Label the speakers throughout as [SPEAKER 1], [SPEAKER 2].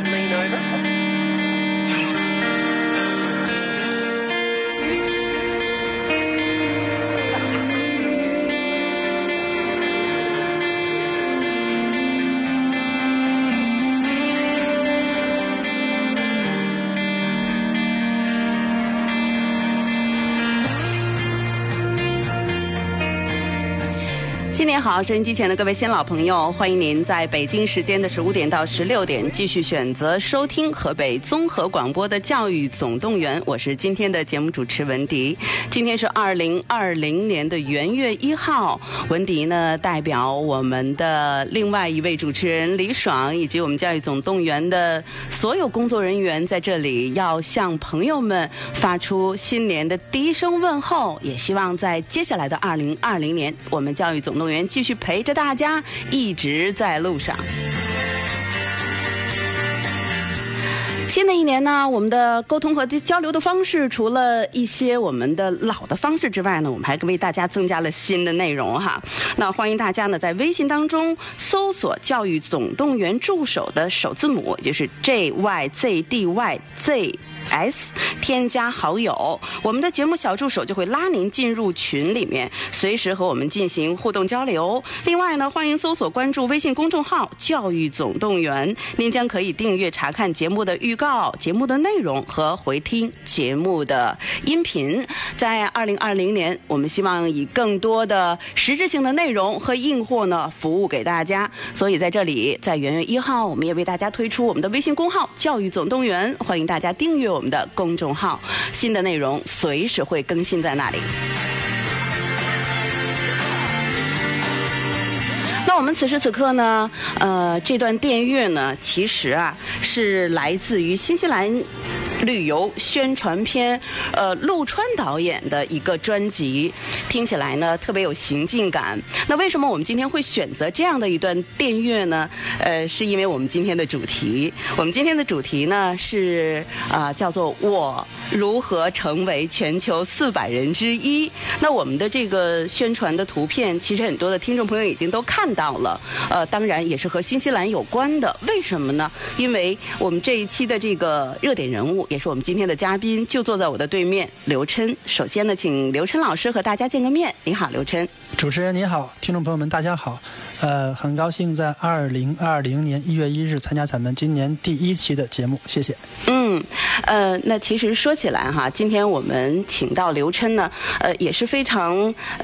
[SPEAKER 1] Lean over.
[SPEAKER 2] 新年好，收音机前的各位新老朋友，欢迎您在北京时间的十五点到十六点继续选择收听河北综合广播的《教育总动员》，我是今天的节目主持文迪。今天是二零二零年的元月一号，文迪呢代表我们的另外一位主持人李爽以及我们《教育总动员》的所有工作人员在这里要向朋友们发出新年的第一声问候，也希望在接下来的二零二零年，我们《教育总动员》继续陪着大家一直在路上。新的一年呢，我们的沟通和交流的方式，除了一些我们的老的方式之外呢，我们还为大家增加了新的内容哈。那欢迎大家呢在微信当中搜索“教育总动员助手”的首字母，也就是 J Y Z D Y Z。S 添加好友，我们的节目小助手就会拉您进入群里面，随时和我们进行互动交流。另外呢，欢迎搜索关注微信公众号“教育总动员”，您将可以订阅查看节目的预告、节目的内容和回听节目的音频。在二零二零年，我们希望以更多的实质性的内容和硬货呢，服务给大家。所以在这里，在元月一号，我们也为大家推出我们的微信公号“教育总动员”，欢迎大家订阅我们的公众号，新的内容随时会更新在那里。那我们此时此刻呢，呃，这段电乐呢，其实啊是来自于新西兰旅游宣传片，呃，陆川导演的一个专辑，听起来呢特别有行进感。那为什么我们今天会选择这样的一段电乐呢？呃，是因为我们今天的主题，我们今天的主题呢是啊、呃叫做我如何成为全球四百人之一。那我们的这个宣传的图片，其实很多的听众朋友已经都看到了，呃，当然也是和新西兰有关的。为什么呢？因为我们这一期的这个热点人物，也是我们今天的嘉宾，就坐在我的对面，刘琛。首先呢，请刘琛老师和大家见个面。你好，刘琛。
[SPEAKER 3] 主持人您好，听众朋友们大家好，呃，很高兴在二零二零年一月一日参加咱们今年第一期的节目，谢谢。
[SPEAKER 2] 嗯，呃，那其实说起来哈，今天我们请到刘琛呢，呃，也是非常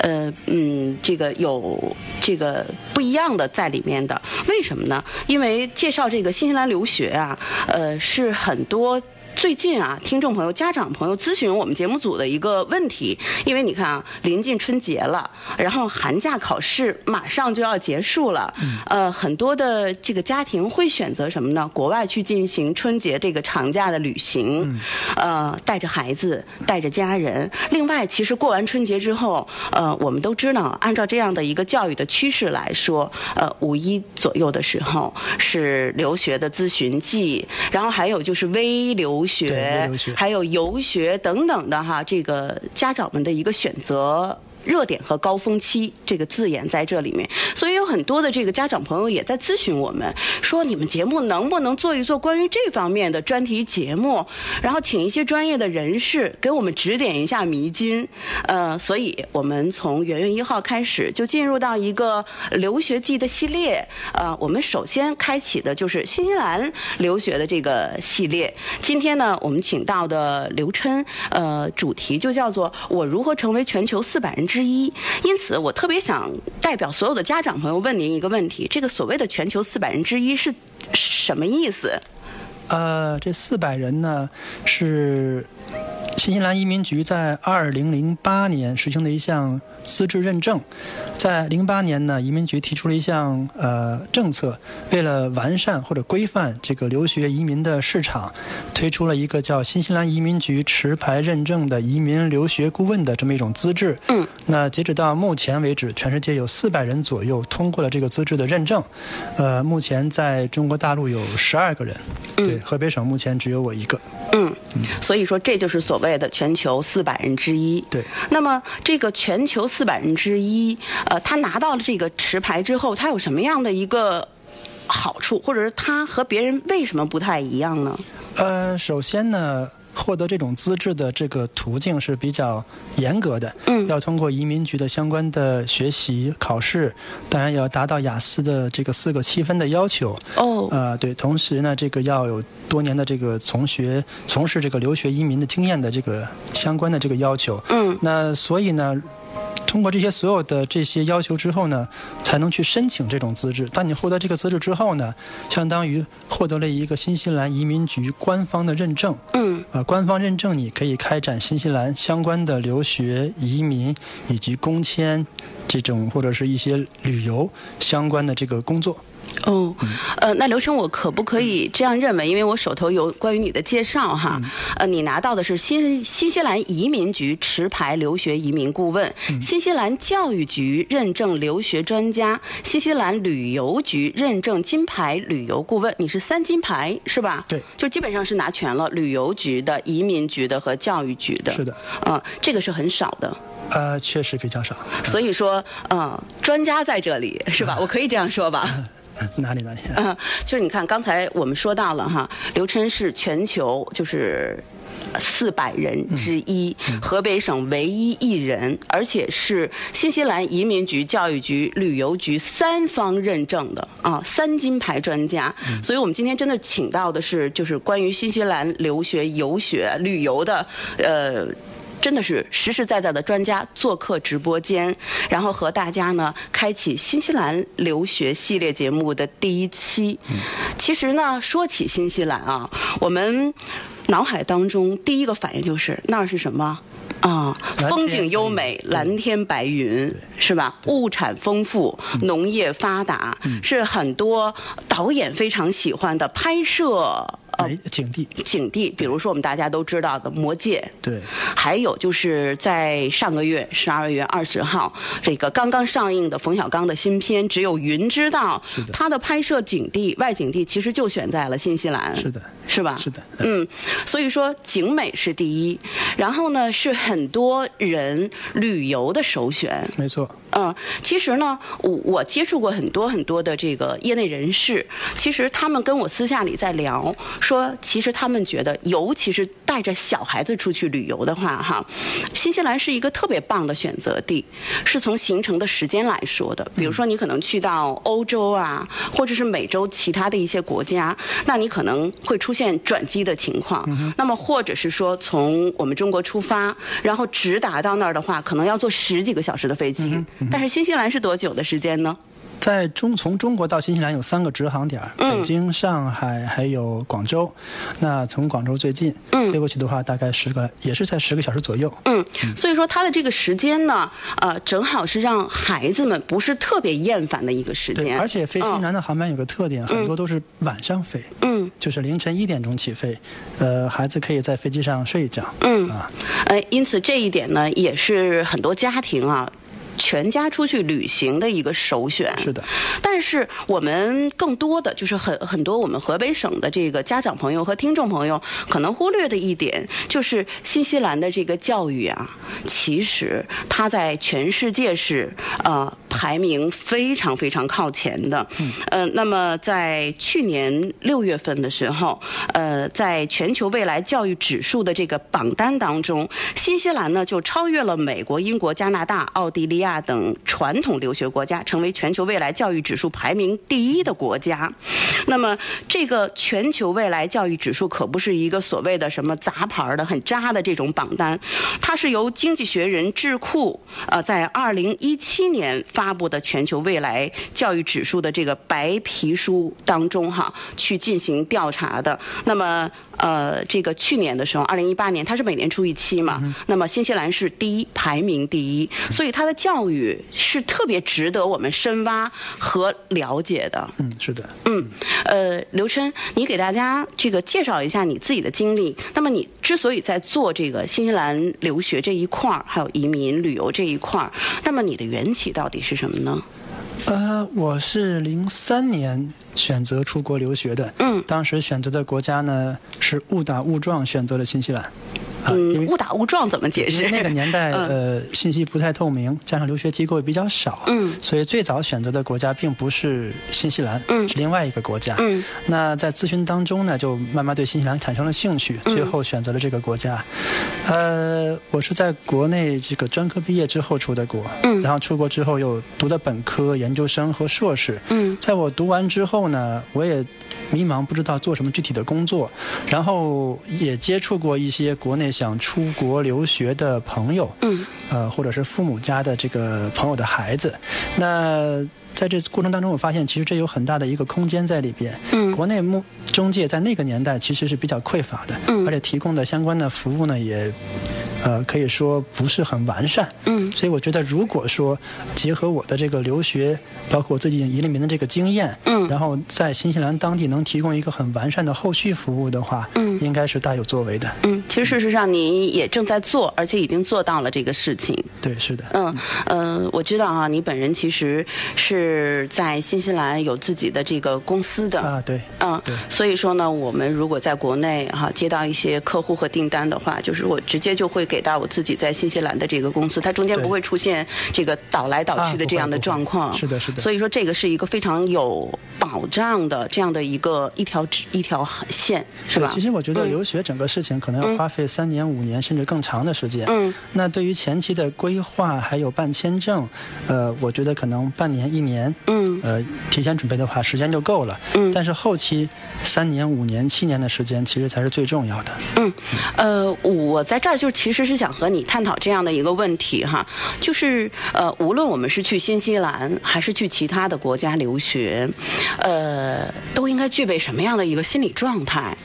[SPEAKER 2] 呃嗯，这个有这个不一样的在里面的。为什么呢？因为介绍这个新西兰留学啊，呃，是很多。最近啊，听众朋友、家长朋友咨询我们节目组的一个问题，因为你看啊，临近春节了，然后寒假考试马上就要结束了，
[SPEAKER 3] 嗯
[SPEAKER 2] 呃，很多的这个家庭会选择什么呢？国外去进行春节这个长假的旅行，
[SPEAKER 3] 嗯
[SPEAKER 2] 呃，带着孩子，带着家人。另外，其实过完春节之后，呃，我们都知道，按照这样的一个教育的趋势来说，呃，五一左右的时候是留学的咨询季，然后还有就是微留学，
[SPEAKER 3] 对微留学
[SPEAKER 2] 还有游学等等的哈，这个家长们的一个选择。热点和高峰期这个字眼在这里面，所以有很多的这个家长朋友也在咨询我们，说你们节目能不能做一做关于这方面的专题节目，然后请一些专业的人士给我们指点一下迷津。呃，所以我们从元月一号开始就进入到一个留呃学季的系列。呃，我们首先开启的就是新西兰留学的这个系列。今天呢，我们请到的刘琛，呃，主题就叫做“我如何成为全球四百人之一”。因此，我特别想代表所有的家长朋友问您一个问题：这个所谓的全球四百人之一是什么意思？
[SPEAKER 3] 呃，这四百人呢是新西兰移民局在二零零八年实行的一项资质认证。在零八年呢，移民局提出了一项呃政策，为了完善或者规范这个留学移民的市场，推出了一个叫新西兰移民局持牌认证的移民留学顾问的这么一种资质。
[SPEAKER 2] 嗯，
[SPEAKER 3] 那截止到目前为止，全世界有四百人左右通过了这个资质的认证。呃，目前在中国大陆有十二个人，对，河北省目前只有我一个。
[SPEAKER 2] 嗯，所以说这就是所谓的全球四百人之一。
[SPEAKER 3] 对，
[SPEAKER 2] 那么这个全球四百人之一，呃，他拿到了这个持牌之后，他有什么样的一个好处，或者是他和别人为什么不太一样呢？
[SPEAKER 3] 呃，首先呢，获得这种资质的这个途径是比较严格的，
[SPEAKER 2] 嗯
[SPEAKER 3] 要通过移民局的相关的学习考试，当然也要达到雅思的这个四个七分的要求。
[SPEAKER 2] 哦，
[SPEAKER 3] 呃，对，同时呢，这个要有多年的这个从学、从事这个留学移民的经验的这个相关的这个要求。
[SPEAKER 2] 嗯
[SPEAKER 3] 那所以呢，通过这些所有的这些要求之后呢，才能去申请这种资质。当你获得这个资质之后呢，相当于获得了一个新西兰移民局官方的认证。
[SPEAKER 2] 嗯
[SPEAKER 3] 呃，官方认证你可以开展新西兰相关的留学、移民以及工签这种或者是一些旅游相关的这个工作。
[SPEAKER 2] 哦，呃，那刘成，我可不可以这样认为？因为我手头有关于你的介绍哈，
[SPEAKER 3] 嗯
[SPEAKER 2] 呃，你拿到的是新新西兰移民局持牌留学移民顾问，
[SPEAKER 3] 嗯
[SPEAKER 2] 新西兰教育局认证留学专家，新西兰旅游局认证金牌旅游顾问，你是三金牌是吧？
[SPEAKER 3] 对
[SPEAKER 2] 就基本上是拿全了，旅游局的、移民局的和教育局的。
[SPEAKER 3] 是的，
[SPEAKER 2] 嗯、这个是很少的。
[SPEAKER 3] 呃，确实比较少。
[SPEAKER 2] 所以说，呃，专家在这里是 吧？我可以这样说吧？
[SPEAKER 3] 哪里哪里？
[SPEAKER 2] 嗯，就是你看，刚才我们说到了哈，刘琛是全球就是四百人之一，河北省唯一一人，而且是新西兰移民局、教育局、旅游局三方认证的啊，三金牌专家。所以我们今天真的请到的是，就是关于新西兰留学、游学、旅游的，呃。真的是实实在在的专家做客直播间，然后和大家呢开启新西兰留学系列节目的第一期。其实呢，说起新西兰啊，我们脑海当中第一个反应就是那儿是什么？啊，
[SPEAKER 3] 蓝天
[SPEAKER 2] 风景优美，蓝天白云，是吧？物产丰富，
[SPEAKER 3] 嗯
[SPEAKER 2] 农业发达，是很多导演非常喜欢的拍摄呃
[SPEAKER 3] 哎，景地。
[SPEAKER 2] 景地，比如说我们大家都知道的《魔戒》，
[SPEAKER 3] 对，
[SPEAKER 2] 还有就是在上个月十二月二十号，这个刚刚上映的冯小刚的新片《只有云知道》，它的拍摄景地、外景地其实就选在了新西兰，
[SPEAKER 3] 是的，
[SPEAKER 2] 是吧？
[SPEAKER 3] 是的
[SPEAKER 2] 嗯，所以说景美是第一，然后呢是很多人旅游的首选，
[SPEAKER 3] 没错。
[SPEAKER 2] 嗯，其实呢，我我接触过很多很多的这个业内人士，其实他们跟我私下里在聊，说其实他们觉得，尤其是带着小孩子出去旅游的话，哈，新西兰是一个特别棒的选择地，是从行程的时间来说的。比如说，你可能去到欧洲啊，或者是美洲其他的一些国家，那你可能会出现转机的情况。那么或者是说从我们中国出发，然后直达到那儿的话，可能要坐十几个小时的飞
[SPEAKER 3] 嗯
[SPEAKER 2] 机。但是新西兰是多久的时间呢？
[SPEAKER 3] 在中从中国到新西兰有三个直航点儿，
[SPEAKER 2] 嗯
[SPEAKER 3] 北京、上海还有广州。那从广州最近、飞过去的话，大概十个，也是在十个小时左右。
[SPEAKER 2] 嗯，所以说它的这个时间呢，呃，正好是让孩子们不是特别厌烦的一个时
[SPEAKER 3] 对，
[SPEAKER 2] 间。
[SPEAKER 3] 而且飞新西兰的航班有个特点，很多都是晚上飞，
[SPEAKER 2] 嗯
[SPEAKER 3] 就是凌晨一点钟起飞，呃，孩子可以在飞机上睡一觉。
[SPEAKER 2] 嗯
[SPEAKER 3] 啊，
[SPEAKER 2] 呃，因此这一点呢，也是很多家庭啊。全家出去旅行的一个首选
[SPEAKER 3] 是的，
[SPEAKER 2] 但是我们更多的就是很很多我们河北省的这个家长朋友和听众朋友可能忽略的一点，就是新西兰的这个教育啊，其实它在全世界是呃排名非常非常靠前的。嗯、呃，那么在去年六月份的时候，呃，在全球未来教育指数的这个榜单当中，新西兰呢就超越了美国、英国、加拿大、奥地利亚等传统留学国家，成为全球未来教育指数排名第一的国家。那么，这个全球未来教育指数可不是一个所谓的什么杂牌儿的、很渣的这种榜单，它是由《经济学人》智库呃在二零一七年发布的全球未来教育指数的这个白皮书当中哈去进行调查的。那么呃，这个去年的时候，二零一八年它是每年出一期嘛，那么新西兰是第一，排名第一，所以它的教育是特别值得我们深挖和了解的。
[SPEAKER 3] 嗯，是的。
[SPEAKER 2] 嗯，呃，刘琛，你给大家这个介绍一下你自己的经历。那么你之所以在做这个新西兰留学这一块儿，还有移民旅游这一块儿，那么你的缘起到底是什么呢？
[SPEAKER 3] 呃，我是零三年选择出国留学的，
[SPEAKER 2] 嗯
[SPEAKER 3] 当时选择的国家呢是误打误撞选择了新西兰，啊，
[SPEAKER 2] 嗯，
[SPEAKER 3] 因为
[SPEAKER 2] 误打误撞怎么解释？
[SPEAKER 3] 那个年代呃信息不太透明，加上留学机构也比较少，
[SPEAKER 2] 嗯
[SPEAKER 3] 所以最早选择的国家并不是新西兰，
[SPEAKER 2] 嗯
[SPEAKER 3] 是另外一个国家，
[SPEAKER 2] 嗯
[SPEAKER 3] 那在咨询当中呢，就慢慢对新西兰产生了兴趣，
[SPEAKER 2] 嗯
[SPEAKER 3] 最后选择了这个国家。呃，我是在国内这个专科毕业之后出的国，
[SPEAKER 2] 嗯
[SPEAKER 3] 然后出国之后又读的本科、研究生和硕士。
[SPEAKER 2] 嗯
[SPEAKER 3] 在我读完之后呢，我也迷茫，不知道做什么具体的工作，然后也接触过一些国内想出国留学的朋友，
[SPEAKER 2] 嗯
[SPEAKER 3] 呃，或者是父母家的这个朋友的孩子。那在这过程当中，我发现其实这有很大的一个空间在里边。
[SPEAKER 2] 嗯
[SPEAKER 3] 国内目中介在那个年代其实是比较匮乏的，
[SPEAKER 2] 嗯
[SPEAKER 3] 而且提供的相关的服务呢也，呃，可以说不是很完善。
[SPEAKER 2] 嗯
[SPEAKER 3] 所以我觉得，如果说结合我的这个留学，包括我自己移民的这个经验，
[SPEAKER 2] 嗯
[SPEAKER 3] 然后在新西兰当地能提供一个很完善的后续服务的话，
[SPEAKER 2] 嗯
[SPEAKER 3] 应该是大有作为的。
[SPEAKER 2] 嗯，其实事实上你也正在做，而且已经做到了这个事情。
[SPEAKER 3] 对，是的。
[SPEAKER 2] 嗯，呃，我知道啊，你本人其实是在新西兰有自己的这个公司的。
[SPEAKER 3] 啊，对，
[SPEAKER 2] 嗯
[SPEAKER 3] 对，
[SPEAKER 2] 所以说呢，我们如果在国内哈、接到一些客户和订单的话，就是我直接就会给到我自己在新西兰的这个公司，它中间
[SPEAKER 3] 对
[SPEAKER 2] 不会出现这个倒来倒
[SPEAKER 3] 啊
[SPEAKER 2] 去的
[SPEAKER 3] 不
[SPEAKER 2] 这
[SPEAKER 3] 会
[SPEAKER 2] 样的
[SPEAKER 3] 不会
[SPEAKER 2] 状况。
[SPEAKER 3] 是的是的
[SPEAKER 2] 所以说，这个是一个非常有保障的这样的一个一条直一条线，是
[SPEAKER 3] 对
[SPEAKER 2] 吧？
[SPEAKER 3] 其实我觉得
[SPEAKER 2] 嗯
[SPEAKER 3] 留学整个事情可能要花费三年、五年甚至更长的时间。
[SPEAKER 2] 嗯
[SPEAKER 3] 那对于前期的规划还有办签证，呃，我觉得可能半年、一年，
[SPEAKER 2] 嗯
[SPEAKER 3] 呃，提前准备的话时间就够了。
[SPEAKER 2] 嗯
[SPEAKER 3] 但是后期三年、五年、七年的时间，其实才是最重要的。
[SPEAKER 2] 嗯，呃，我在这儿就其实是想和你探讨这样的一个问题哈，就是呃，无论我们是去新西兰还是去其他的国家留学，呃，都应该具备什么样的一个心理状态？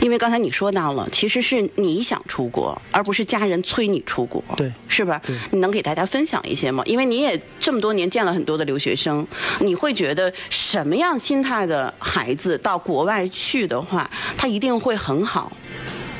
[SPEAKER 2] 因为刚才你说到了，其实是你想出国，而不是家人催你出国，
[SPEAKER 3] 对
[SPEAKER 2] 是吧
[SPEAKER 3] 对？
[SPEAKER 2] 你能给大家分享一些吗？因为你也这么多年见了很多的留学生，你会觉得什么样心态的孩子到国外去的话，他一定会很好。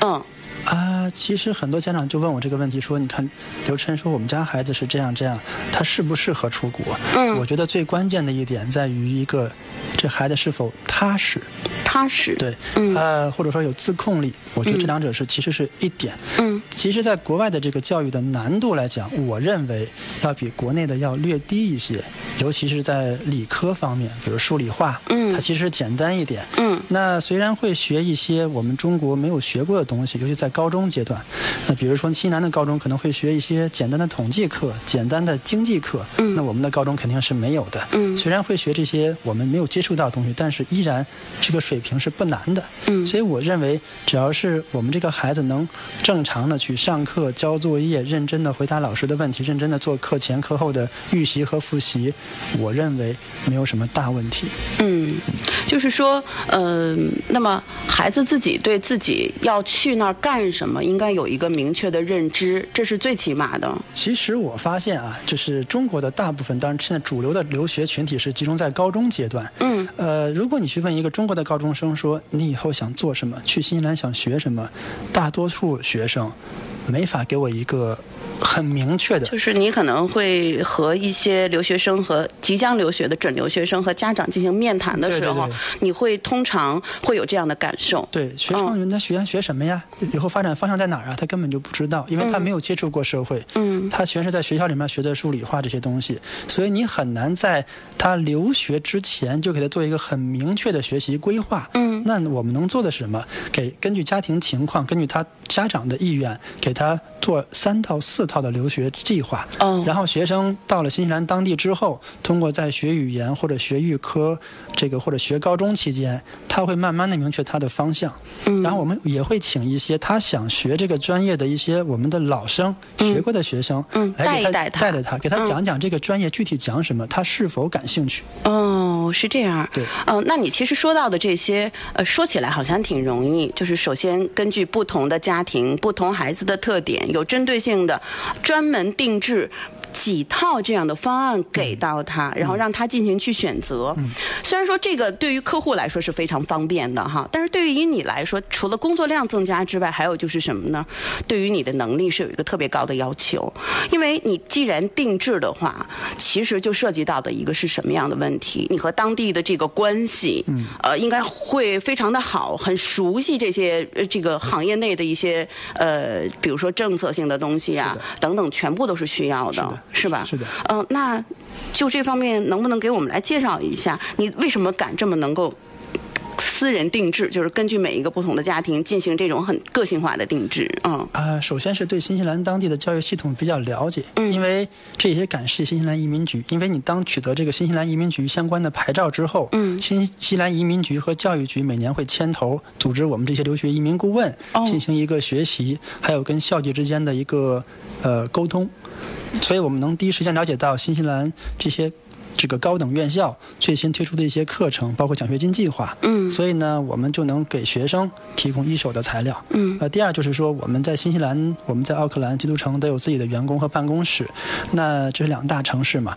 [SPEAKER 2] 嗯
[SPEAKER 3] 啊，其实很多家长就问我这个问题，说你看刘琛说我们家孩子是这样这样，他适不适合出国？
[SPEAKER 2] 嗯
[SPEAKER 3] 我觉得最关键的一点在于一个这孩子是否踏实。
[SPEAKER 2] 踏实。，
[SPEAKER 3] 对，
[SPEAKER 2] 嗯
[SPEAKER 3] 呃，或者说有自控力，我觉得这两者是、其实是一点。
[SPEAKER 2] 嗯
[SPEAKER 3] 其实，在国外的这个教育的难度来讲，我认为要比国内的要略低一些，尤其是在理科方面，比如数理化，
[SPEAKER 2] 嗯
[SPEAKER 3] 它其实简单一点。
[SPEAKER 2] 嗯
[SPEAKER 3] 那虽然会学一些我们中国没有学过的东西，尤其在高中阶段，那比如说西南的高中可能会学一些简单的统计课、简单的经济课，
[SPEAKER 2] 嗯
[SPEAKER 3] 那我们的高中肯定是没有的。
[SPEAKER 2] 嗯
[SPEAKER 3] 虽然会学这些我们没有接触到的东西，但是依然这个水平是不难的。
[SPEAKER 2] 嗯
[SPEAKER 3] 所以我认为，只要是我们这个孩子能正常的去上课、交作业、认真的回答老师的问题、认真的做课前课后的预习和复习，我认为没有什么大问题。
[SPEAKER 2] 嗯，就是说，呃，那么孩子自己对自己要去那儿干什么，应该有一个明确的认知，这是最起码的。
[SPEAKER 3] 其实我发现啊，就是中国的大部分，当然现在主流的留学群体是集中在高中阶段。
[SPEAKER 2] 嗯
[SPEAKER 3] 呃，如果你去问一个中国的高中生说你以后想做什么，去新西兰想学什么，大多数学生没法给我一个很明确的
[SPEAKER 2] 就是你可能会和一些留学生和即将留学的准留学生和家长进行面谈的
[SPEAKER 3] 对
[SPEAKER 2] 时
[SPEAKER 3] 对
[SPEAKER 2] 候，
[SPEAKER 3] 对
[SPEAKER 2] 你会通常会有这样的感受。
[SPEAKER 3] 对，学生
[SPEAKER 2] 嗯
[SPEAKER 3] 人家学员学什么呀？以后发展方向在哪儿啊？他根本就不知道，因为他没有接触过社会。
[SPEAKER 2] 嗯
[SPEAKER 3] 他全是在学校里面学的数理化这些东西，所以你很难在他留学之前就给他做一个很明确的学习规划。
[SPEAKER 2] 嗯
[SPEAKER 3] 那我们能做的是什么？给根据家庭情况，根据他家长的意愿，给他做三到四四套的留学计划。
[SPEAKER 2] 哦
[SPEAKER 3] 然后学生到了新西兰当地之后，通过在学语言或者学预科，这个或者学高中期间，他会慢慢的明确他的方向。嗯，然后我们也会请一些他想学这个专业的一些我们的老生、学过的学生，
[SPEAKER 2] 嗯
[SPEAKER 3] 来给他
[SPEAKER 2] 带一带他嗯
[SPEAKER 3] 带着他，给他讲讲这个专业具体讲什么，他是否感兴趣。
[SPEAKER 2] 哦，是这样。
[SPEAKER 3] 对
[SPEAKER 2] 嗯、那你其实说到的这些，呃，说起来好像挺容易，就是首先根据不同的家庭、不同孩子的特点，有针对性的专门定制。几套这样的方案给到他，然后让他进行去选择。虽然说这个对于客户来说是非常方便的哈，但是对于你来说，除了工作量增加之外，还有就是什么呢？对于你的能力是有一个特别高的要求，因为你既然定制的话，其实就涉及到的一个是什么样的问题？你和当地的这个关系，嗯，呃，应该会非常的好，很熟悉这些呃这个行业内的一些呃，比如说政策性的东西啊等等，全部都是需要的，是
[SPEAKER 3] 的
[SPEAKER 2] 吧？
[SPEAKER 3] 是的
[SPEAKER 2] 嗯、那就这方面能不能给我们来介绍一下，你为什么敢这么能够？私人定制就是根据每一个不同的家庭进行这种很个性化的定制，嗯
[SPEAKER 3] 啊、首先是对新西兰当地的教育系统比较了解，
[SPEAKER 2] 嗯
[SPEAKER 3] 因为这也感谢新西兰移民局。因为你当取得这个新西兰移民局相关的牌照之后，
[SPEAKER 2] 嗯
[SPEAKER 3] 新西兰移民局和教育局每年会牵头组织我们这些留学移民顾问、
[SPEAKER 2] 哦
[SPEAKER 3] 进行一个学习，还有跟校级之间的一个呃沟通，所以我们能第一时间了解到新西兰这些。这个高等院校最新推出的一些课程，包括奖学金计划，
[SPEAKER 2] 嗯
[SPEAKER 3] 所以呢，我们就能给学生提供一手的材料。
[SPEAKER 2] 嗯
[SPEAKER 3] 呃，第二就是说，我们在新西兰，我们在奥克兰、基督城都有自己的员工和办公室。那这是两大城市嘛，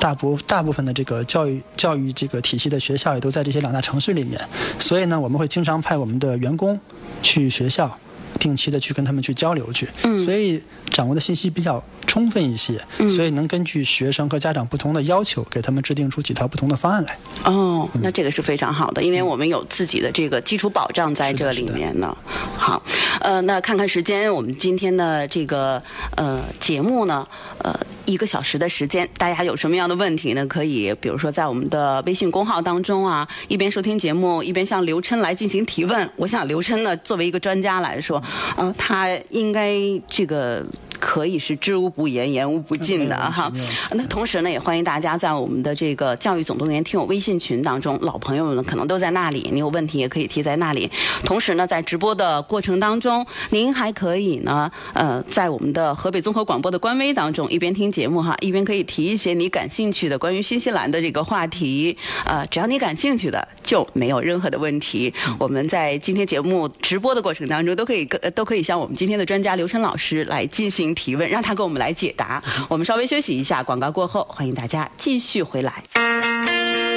[SPEAKER 3] 大部大部分的这个教育教育这个体系的学校也都在这些两大城市里面。所以呢，我们会经常派我们的员工去学校。定期的去跟他们去交流去，
[SPEAKER 2] 嗯
[SPEAKER 3] 所以掌握的信息比较充分一些，所以能根据学生和家长不同的要求，给他们制定出几套不同的方案来。
[SPEAKER 2] 哦，那这个是非常好的，因为我们有自己的这个基础保障在这里面呢。好，呃，那看看时间，我们今天的这个呃节目呢，呃，一个小时的时间，大家有什么样的问题呢？可以比如说在我们的微信公号当中啊，一边收听节目，一边向刘琛来进行提问。我想刘琛呢，作为一个专家来说，呃，他应该这个。可以是知无不言，言无不尽的啊哈
[SPEAKER 3] 没有问题没有问题。
[SPEAKER 2] 那同时呢，也欢迎大家在我们的这个“教育总动员”听友微信群当中，老朋友们可能都在那里，你有问题也可以提在那里。同时呢，在直播的过程当中，您还可以呢，呃，在我们的河北综合广播的官微当中，一边听节目哈，一边可以提一些你感兴趣的关于新西兰的这个话题，呃，只要你感兴趣的，就没有任何的问题。我们在今天节目直播的过程当中，都可以跟呃都可以向我们今天的专家刘琛老师来进行提问，让他给我们来解答。我们稍微休息一下，广告过后，欢迎大家继续回来。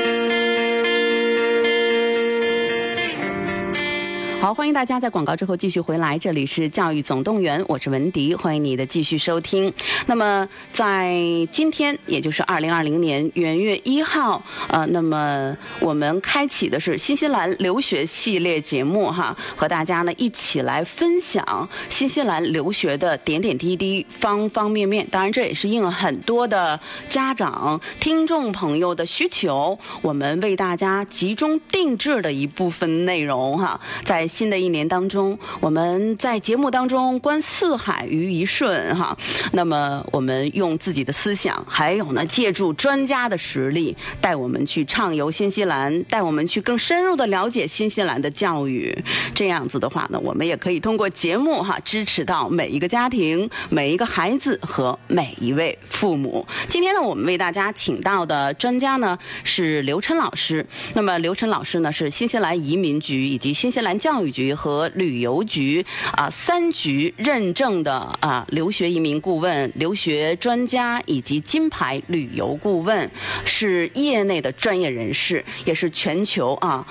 [SPEAKER 2] 好，欢迎大家在广告之后继续回来，这里是《教育总动员》，我是文迪，欢迎你的继续收听。那么在今天，也就是二零二零年元月一号，呃，那么我们开启的是新西兰留学系列节目哈，和大家呢一起来分享新西兰留学的点点滴滴、方方面面。当然，这也是应了很多的家长、听众朋友的需求，我们为大家集中定制的一部分内容哈。在新的一年当中，我们在节目当中观四海于一瞬哈。那么，我们用自己的思想，还有呢，借助专家的实力，带我们去畅游新西兰，带我们去更深入的了解新西兰的教育。这样子的话呢，我们也可以通过节目哈，支持到每一个家庭、每一个孩子和每一位父母。今天呢，我们为大家请到的专家呢是刘琛老师。那么刘琛老师呢是新西兰移民局以及新西兰教育局和旅游局啊、三局认证的啊、留学移民顾问、留学专家以及金牌旅游顾问，是业内的专业人士，也是全球啊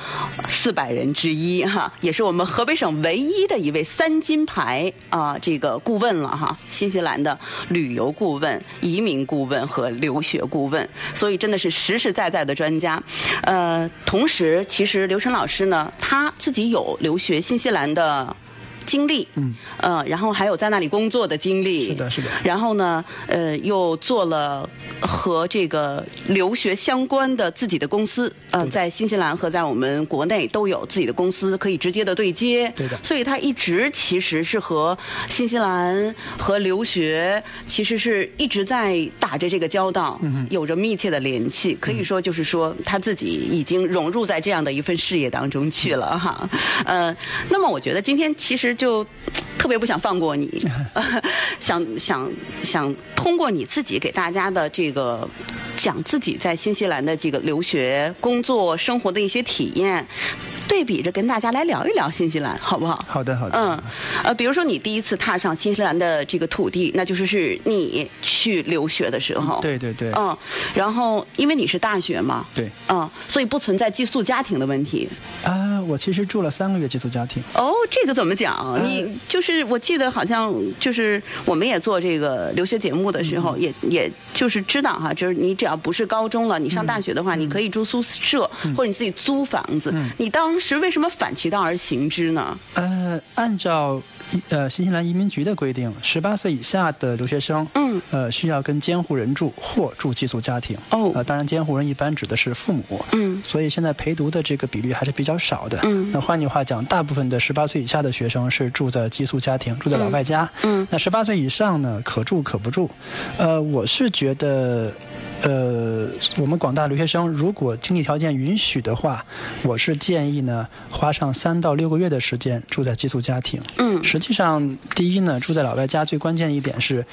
[SPEAKER 2] 四百人之一哈，也是我们河北省唯一的一位三金牌啊这个顾问了哈，新西兰的旅游顾问、移民顾问和留学顾问，所以真的是实实在在的专家。呃，同时其实刘晨老师呢，他自己有留学新西兰的经历，嗯，呃，然后还有在那里工作的经历，
[SPEAKER 3] 是的是的
[SPEAKER 2] 然后呢，呃，又做了和这个留学相关的自己的公司，呃，
[SPEAKER 3] 对
[SPEAKER 2] 在新西兰和在我们国内都有自己的公司可以直接的对接，
[SPEAKER 3] 对的
[SPEAKER 2] 所以他一直其实是和新西兰和留学其实是一直在打着这个交道，嗯、有着密切的联系，可以说就是说他自己已经融入在这样的一份事业当中去了哈。呃，那么我觉得今天其实就特别不想放过你， 想想想通过你自己给大家的这个讲自己在新西兰的这个留学、工作、生活的一些体验，对比着跟大家来聊一聊新西兰，好不好？
[SPEAKER 3] 好的好的，
[SPEAKER 2] 嗯，呃，比如说你第一次踏上新西兰的这个土地，那就是是你去留学的时候，，
[SPEAKER 3] 对对对、
[SPEAKER 2] 嗯，然后因为你是大学嘛，
[SPEAKER 3] 对
[SPEAKER 2] 嗯，所以不存在寄宿家庭的问题。
[SPEAKER 3] 啊，我其实住了三个月寄宿家庭，
[SPEAKER 2] 哦，这个怎么
[SPEAKER 3] 呃
[SPEAKER 2] 讲？你就是我记得好像就是我们也做这个留学节目的时
[SPEAKER 3] 嗯
[SPEAKER 2] 候，也也就是知道哈，就是你只要不是高中了，你上大学的
[SPEAKER 3] 嗯
[SPEAKER 2] 话，你可以住宿舍或者你自己租房子。你当时为什么反其道而行之呢？
[SPEAKER 3] 呃，按照一呃新西兰移民局的规定，十八岁以下的留学生，
[SPEAKER 2] 嗯，
[SPEAKER 3] 呃，需要跟监护人住或住寄宿家庭。
[SPEAKER 2] 哦
[SPEAKER 3] 呃，当然监护人一般指的是父母。
[SPEAKER 2] 嗯
[SPEAKER 3] 所以现在陪读的这个比率还是比较少的。
[SPEAKER 2] 嗯
[SPEAKER 3] 那换句话讲，大部分的十八岁以下的学生是住在寄宿家庭，住在老外家。
[SPEAKER 2] 嗯
[SPEAKER 3] 那十八岁以上呢，可住可不住。呃，我是觉得。呃，我们广大留学生如果经济条件允许的话，我是建议呢，花上三到六个月的时间住在寄宿家庭。
[SPEAKER 2] 嗯
[SPEAKER 3] 实际上，第一呢，住在老外家最关键一点是，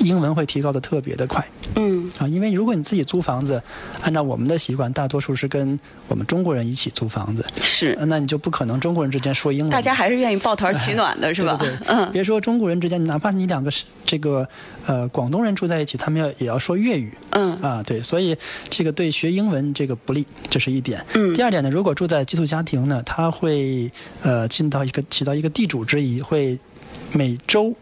[SPEAKER 3] 英文会提高的特别的快
[SPEAKER 2] 嗯
[SPEAKER 3] 啊。因为如果你自己租房子，按照我们的习惯，大多数是跟我们中国人一起租房子，
[SPEAKER 2] 是
[SPEAKER 3] 呃，那你就不可能中国人之间说英文。
[SPEAKER 2] 大家还是愿意抱团取暖的是吧？
[SPEAKER 3] 呃对对对，
[SPEAKER 2] 嗯
[SPEAKER 3] 别说中国人之间，哪怕你两个是这个呃广东人住在一起，他们要也要说粤语。
[SPEAKER 2] 嗯
[SPEAKER 3] 啊，对，所以这个对学英文这个不利，这是一点。嗯，第二点呢，如果住在寄宿家庭呢，他会呃尽到一个起到一个地主之谊，会每周。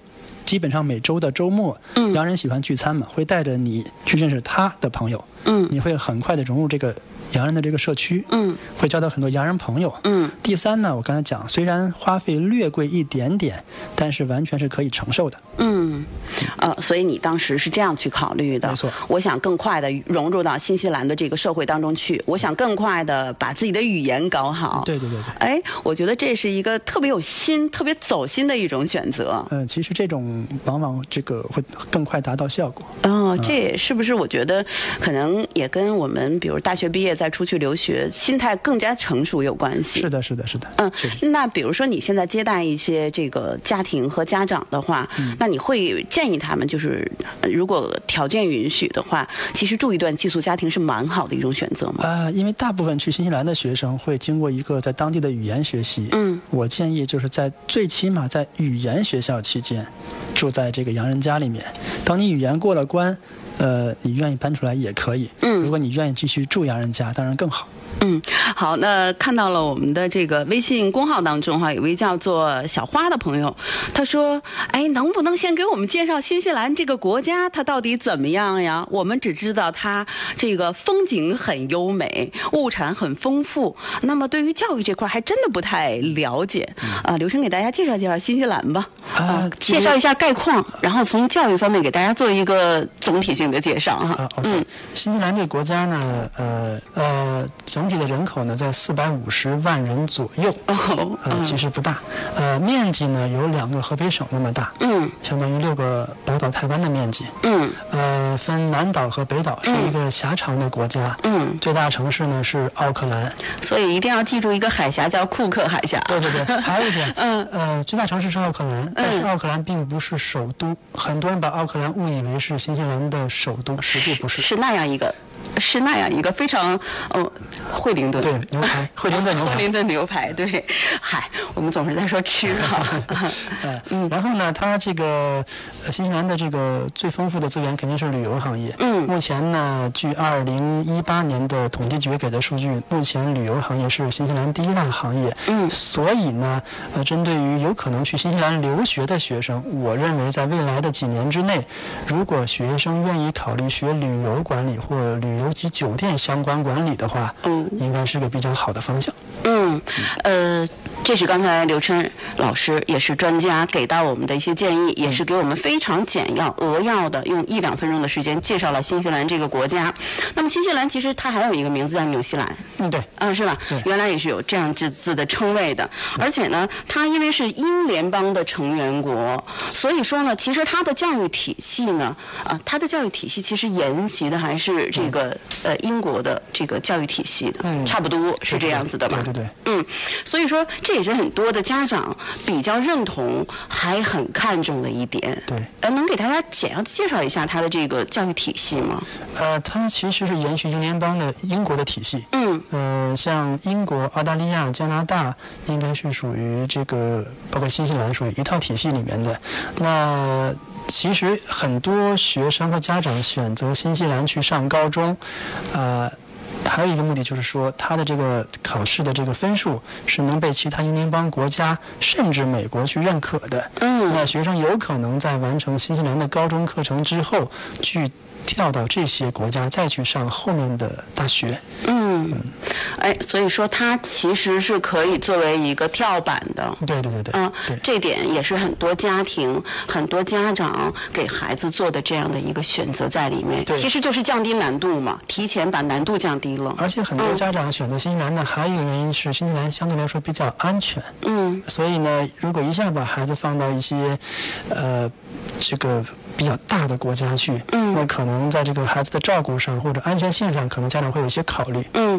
[SPEAKER 3] 基本上每周的周末，
[SPEAKER 2] 嗯
[SPEAKER 3] 洋人喜欢聚餐嘛，会带着你去认识他的朋友，
[SPEAKER 2] 嗯
[SPEAKER 3] 你会很快的融入这个洋人的这个社区，
[SPEAKER 2] 嗯
[SPEAKER 3] 会交到很多洋人朋友，
[SPEAKER 2] 嗯
[SPEAKER 3] 第三呢，我刚才讲，虽然花费略贵一点点，但是完全是可以承受的。
[SPEAKER 2] 嗯，呃，所以你当时是这样去考虑的，
[SPEAKER 3] 没错
[SPEAKER 2] 我想更快的融入到新西兰的这个社会当中去，我想更快的把自己的语言搞好。
[SPEAKER 3] 嗯对对对对。
[SPEAKER 2] 哎，我觉得这是一个特别有心、 特别走心的一种选择。
[SPEAKER 3] 嗯，其实这种往往这个会更快达到效果。
[SPEAKER 2] 哦，这也是不是？我觉得可能也跟我们比如大学毕业再出去留学，心态更加成熟有关系。
[SPEAKER 3] 是的，是的，是的。
[SPEAKER 2] 嗯
[SPEAKER 3] 是的，
[SPEAKER 2] 那比如说你现在接待一些这个家庭和家长的话，那你会建议他们就是，呃如果条件允许的话，其实住一段寄宿家庭是蛮好的一种选择嘛。
[SPEAKER 3] 啊、因为大部分去新西兰的学生会经过一个在当地的语言学习。
[SPEAKER 2] 嗯，
[SPEAKER 3] 我建议就是在最起码在语言学校期间，住在这个洋人家里面。当你语言过了关，呃，你愿意搬出来也可以。
[SPEAKER 2] 嗯
[SPEAKER 3] 如果你愿意继续住洋人家，当然更好。
[SPEAKER 2] 嗯，好，那看到了我们的这个微信公号当中哈，有位叫做小花的朋友，他说：“哎，能不能先给我们介绍新西兰这个国家，它到底怎么样呀？我们只知道它这个风景很优美，物产很丰富，那么对于教育这块儿还真的不太了解啊。”刘生给大家介绍介绍新西兰吧，
[SPEAKER 3] 嗯啊
[SPEAKER 2] 介绍一下概况，然后从教育方面给大家做一个总体性的介绍哈。嗯
[SPEAKER 3] 啊，OK，新西兰这个国家呢，呃呃，总体的人口呢在四百五十万人左右，
[SPEAKER 2] 哦，
[SPEAKER 3] 呃，其实不大，呃，面积呢有两个河北省那么大，
[SPEAKER 2] 嗯
[SPEAKER 3] 相当于六个宝岛台湾的面积，
[SPEAKER 2] 嗯
[SPEAKER 3] 呃，分南岛和北岛，是一个狭长的国家，
[SPEAKER 2] 嗯，
[SPEAKER 3] 最大城市呢是奥克兰，
[SPEAKER 2] 所以一定要记住一个海峡叫库克海峡。
[SPEAKER 3] 对对对，还有一点，
[SPEAKER 2] 嗯
[SPEAKER 3] 呃，最大城市是奥克兰，但是奥克兰并不是首都，很多人把奥克兰误以为是新西兰的首都，实际不是。
[SPEAKER 2] 是那样一个，是那样一个非常，嗯、惠灵顿。
[SPEAKER 3] 对，牛 排，惠灵顿牛排
[SPEAKER 2] 惠。灵顿牛排，对，嗨，我们总是在说吃啊哈、
[SPEAKER 3] 嗯，然后呢，它这个呃新西兰的这个最丰富的资源肯定是旅游行业。
[SPEAKER 2] 嗯
[SPEAKER 3] 目前呢，据二零一八年的统计局给的数据，目前旅游行业是新西兰第一大行业。
[SPEAKER 2] 嗯
[SPEAKER 3] 所以呢，呃，针对于有可能去新西兰留学的学生，我认为在未来的几年之内，如果学生愿意考虑学旅游管理或旅游及酒店相关管理的话，
[SPEAKER 2] 嗯
[SPEAKER 3] 应该是个比较好的方向。
[SPEAKER 2] 嗯，呃，这是刚才刘琛老师也是专家给到我们的一些建议，也是给我们非常简要、扼要的用一两分钟的时间介绍了新西兰这个国家。那么新西兰其实它还有一个名字叫纽西兰，
[SPEAKER 3] 嗯，对，
[SPEAKER 2] 啊，是吧
[SPEAKER 3] 对？
[SPEAKER 2] 原来也是有这样这字的称谓的，而且呢，它因为是英联邦的成员国，所以说呢，其实它的教育体系呢，啊，它的教育体系其实沿袭的还是这个、呃英国的这个教育体系的，
[SPEAKER 3] 嗯
[SPEAKER 2] 差不多是这样子的吧？
[SPEAKER 3] 对对对。
[SPEAKER 2] 嗯，所以说这也是很多的家长比较认同，还很看重的一点。
[SPEAKER 3] 对
[SPEAKER 2] 呃，能给大家简要地介绍一下它的这个教育体系吗？
[SPEAKER 3] 呃，它其实是延续英联邦的英国的体系。
[SPEAKER 2] 嗯
[SPEAKER 3] 嗯，像英国、澳大利亚、加拿大，应该是属于这个，包括新西兰属于一套体系里面的。那其实很多学生和家长选择新西兰去上高中，呃。还有一个目的就是说，他的这个考试的这个分数是能被其他英联邦国家甚至美国去认可的。
[SPEAKER 2] 嗯
[SPEAKER 3] 那学生有可能在完成新西兰的高中课程之后，去跳到这些国家再去上后面的大学。
[SPEAKER 2] 嗯，哎，所以说它其实是可以作为一个跳板的。
[SPEAKER 3] 对对对对，
[SPEAKER 2] 啊
[SPEAKER 3] 对，
[SPEAKER 2] 这点也是很多家庭、很多家长给孩子做的这样的一个选择在里面，
[SPEAKER 3] 对
[SPEAKER 2] 其实就是降低难度嘛，提前把难度降低了。
[SPEAKER 3] 而且很多
[SPEAKER 2] 嗯
[SPEAKER 3] 家长选择新西兰呢，还有一个原因是新西兰相对来说比较安全。
[SPEAKER 2] 嗯
[SPEAKER 3] 所以呢，如果一下把孩子放到一些，呃，这个比较大的国家去，
[SPEAKER 2] 嗯
[SPEAKER 3] 那可能在这个孩子的照顾上或者安全性上，可能家长会有一些考虑。
[SPEAKER 2] 嗯。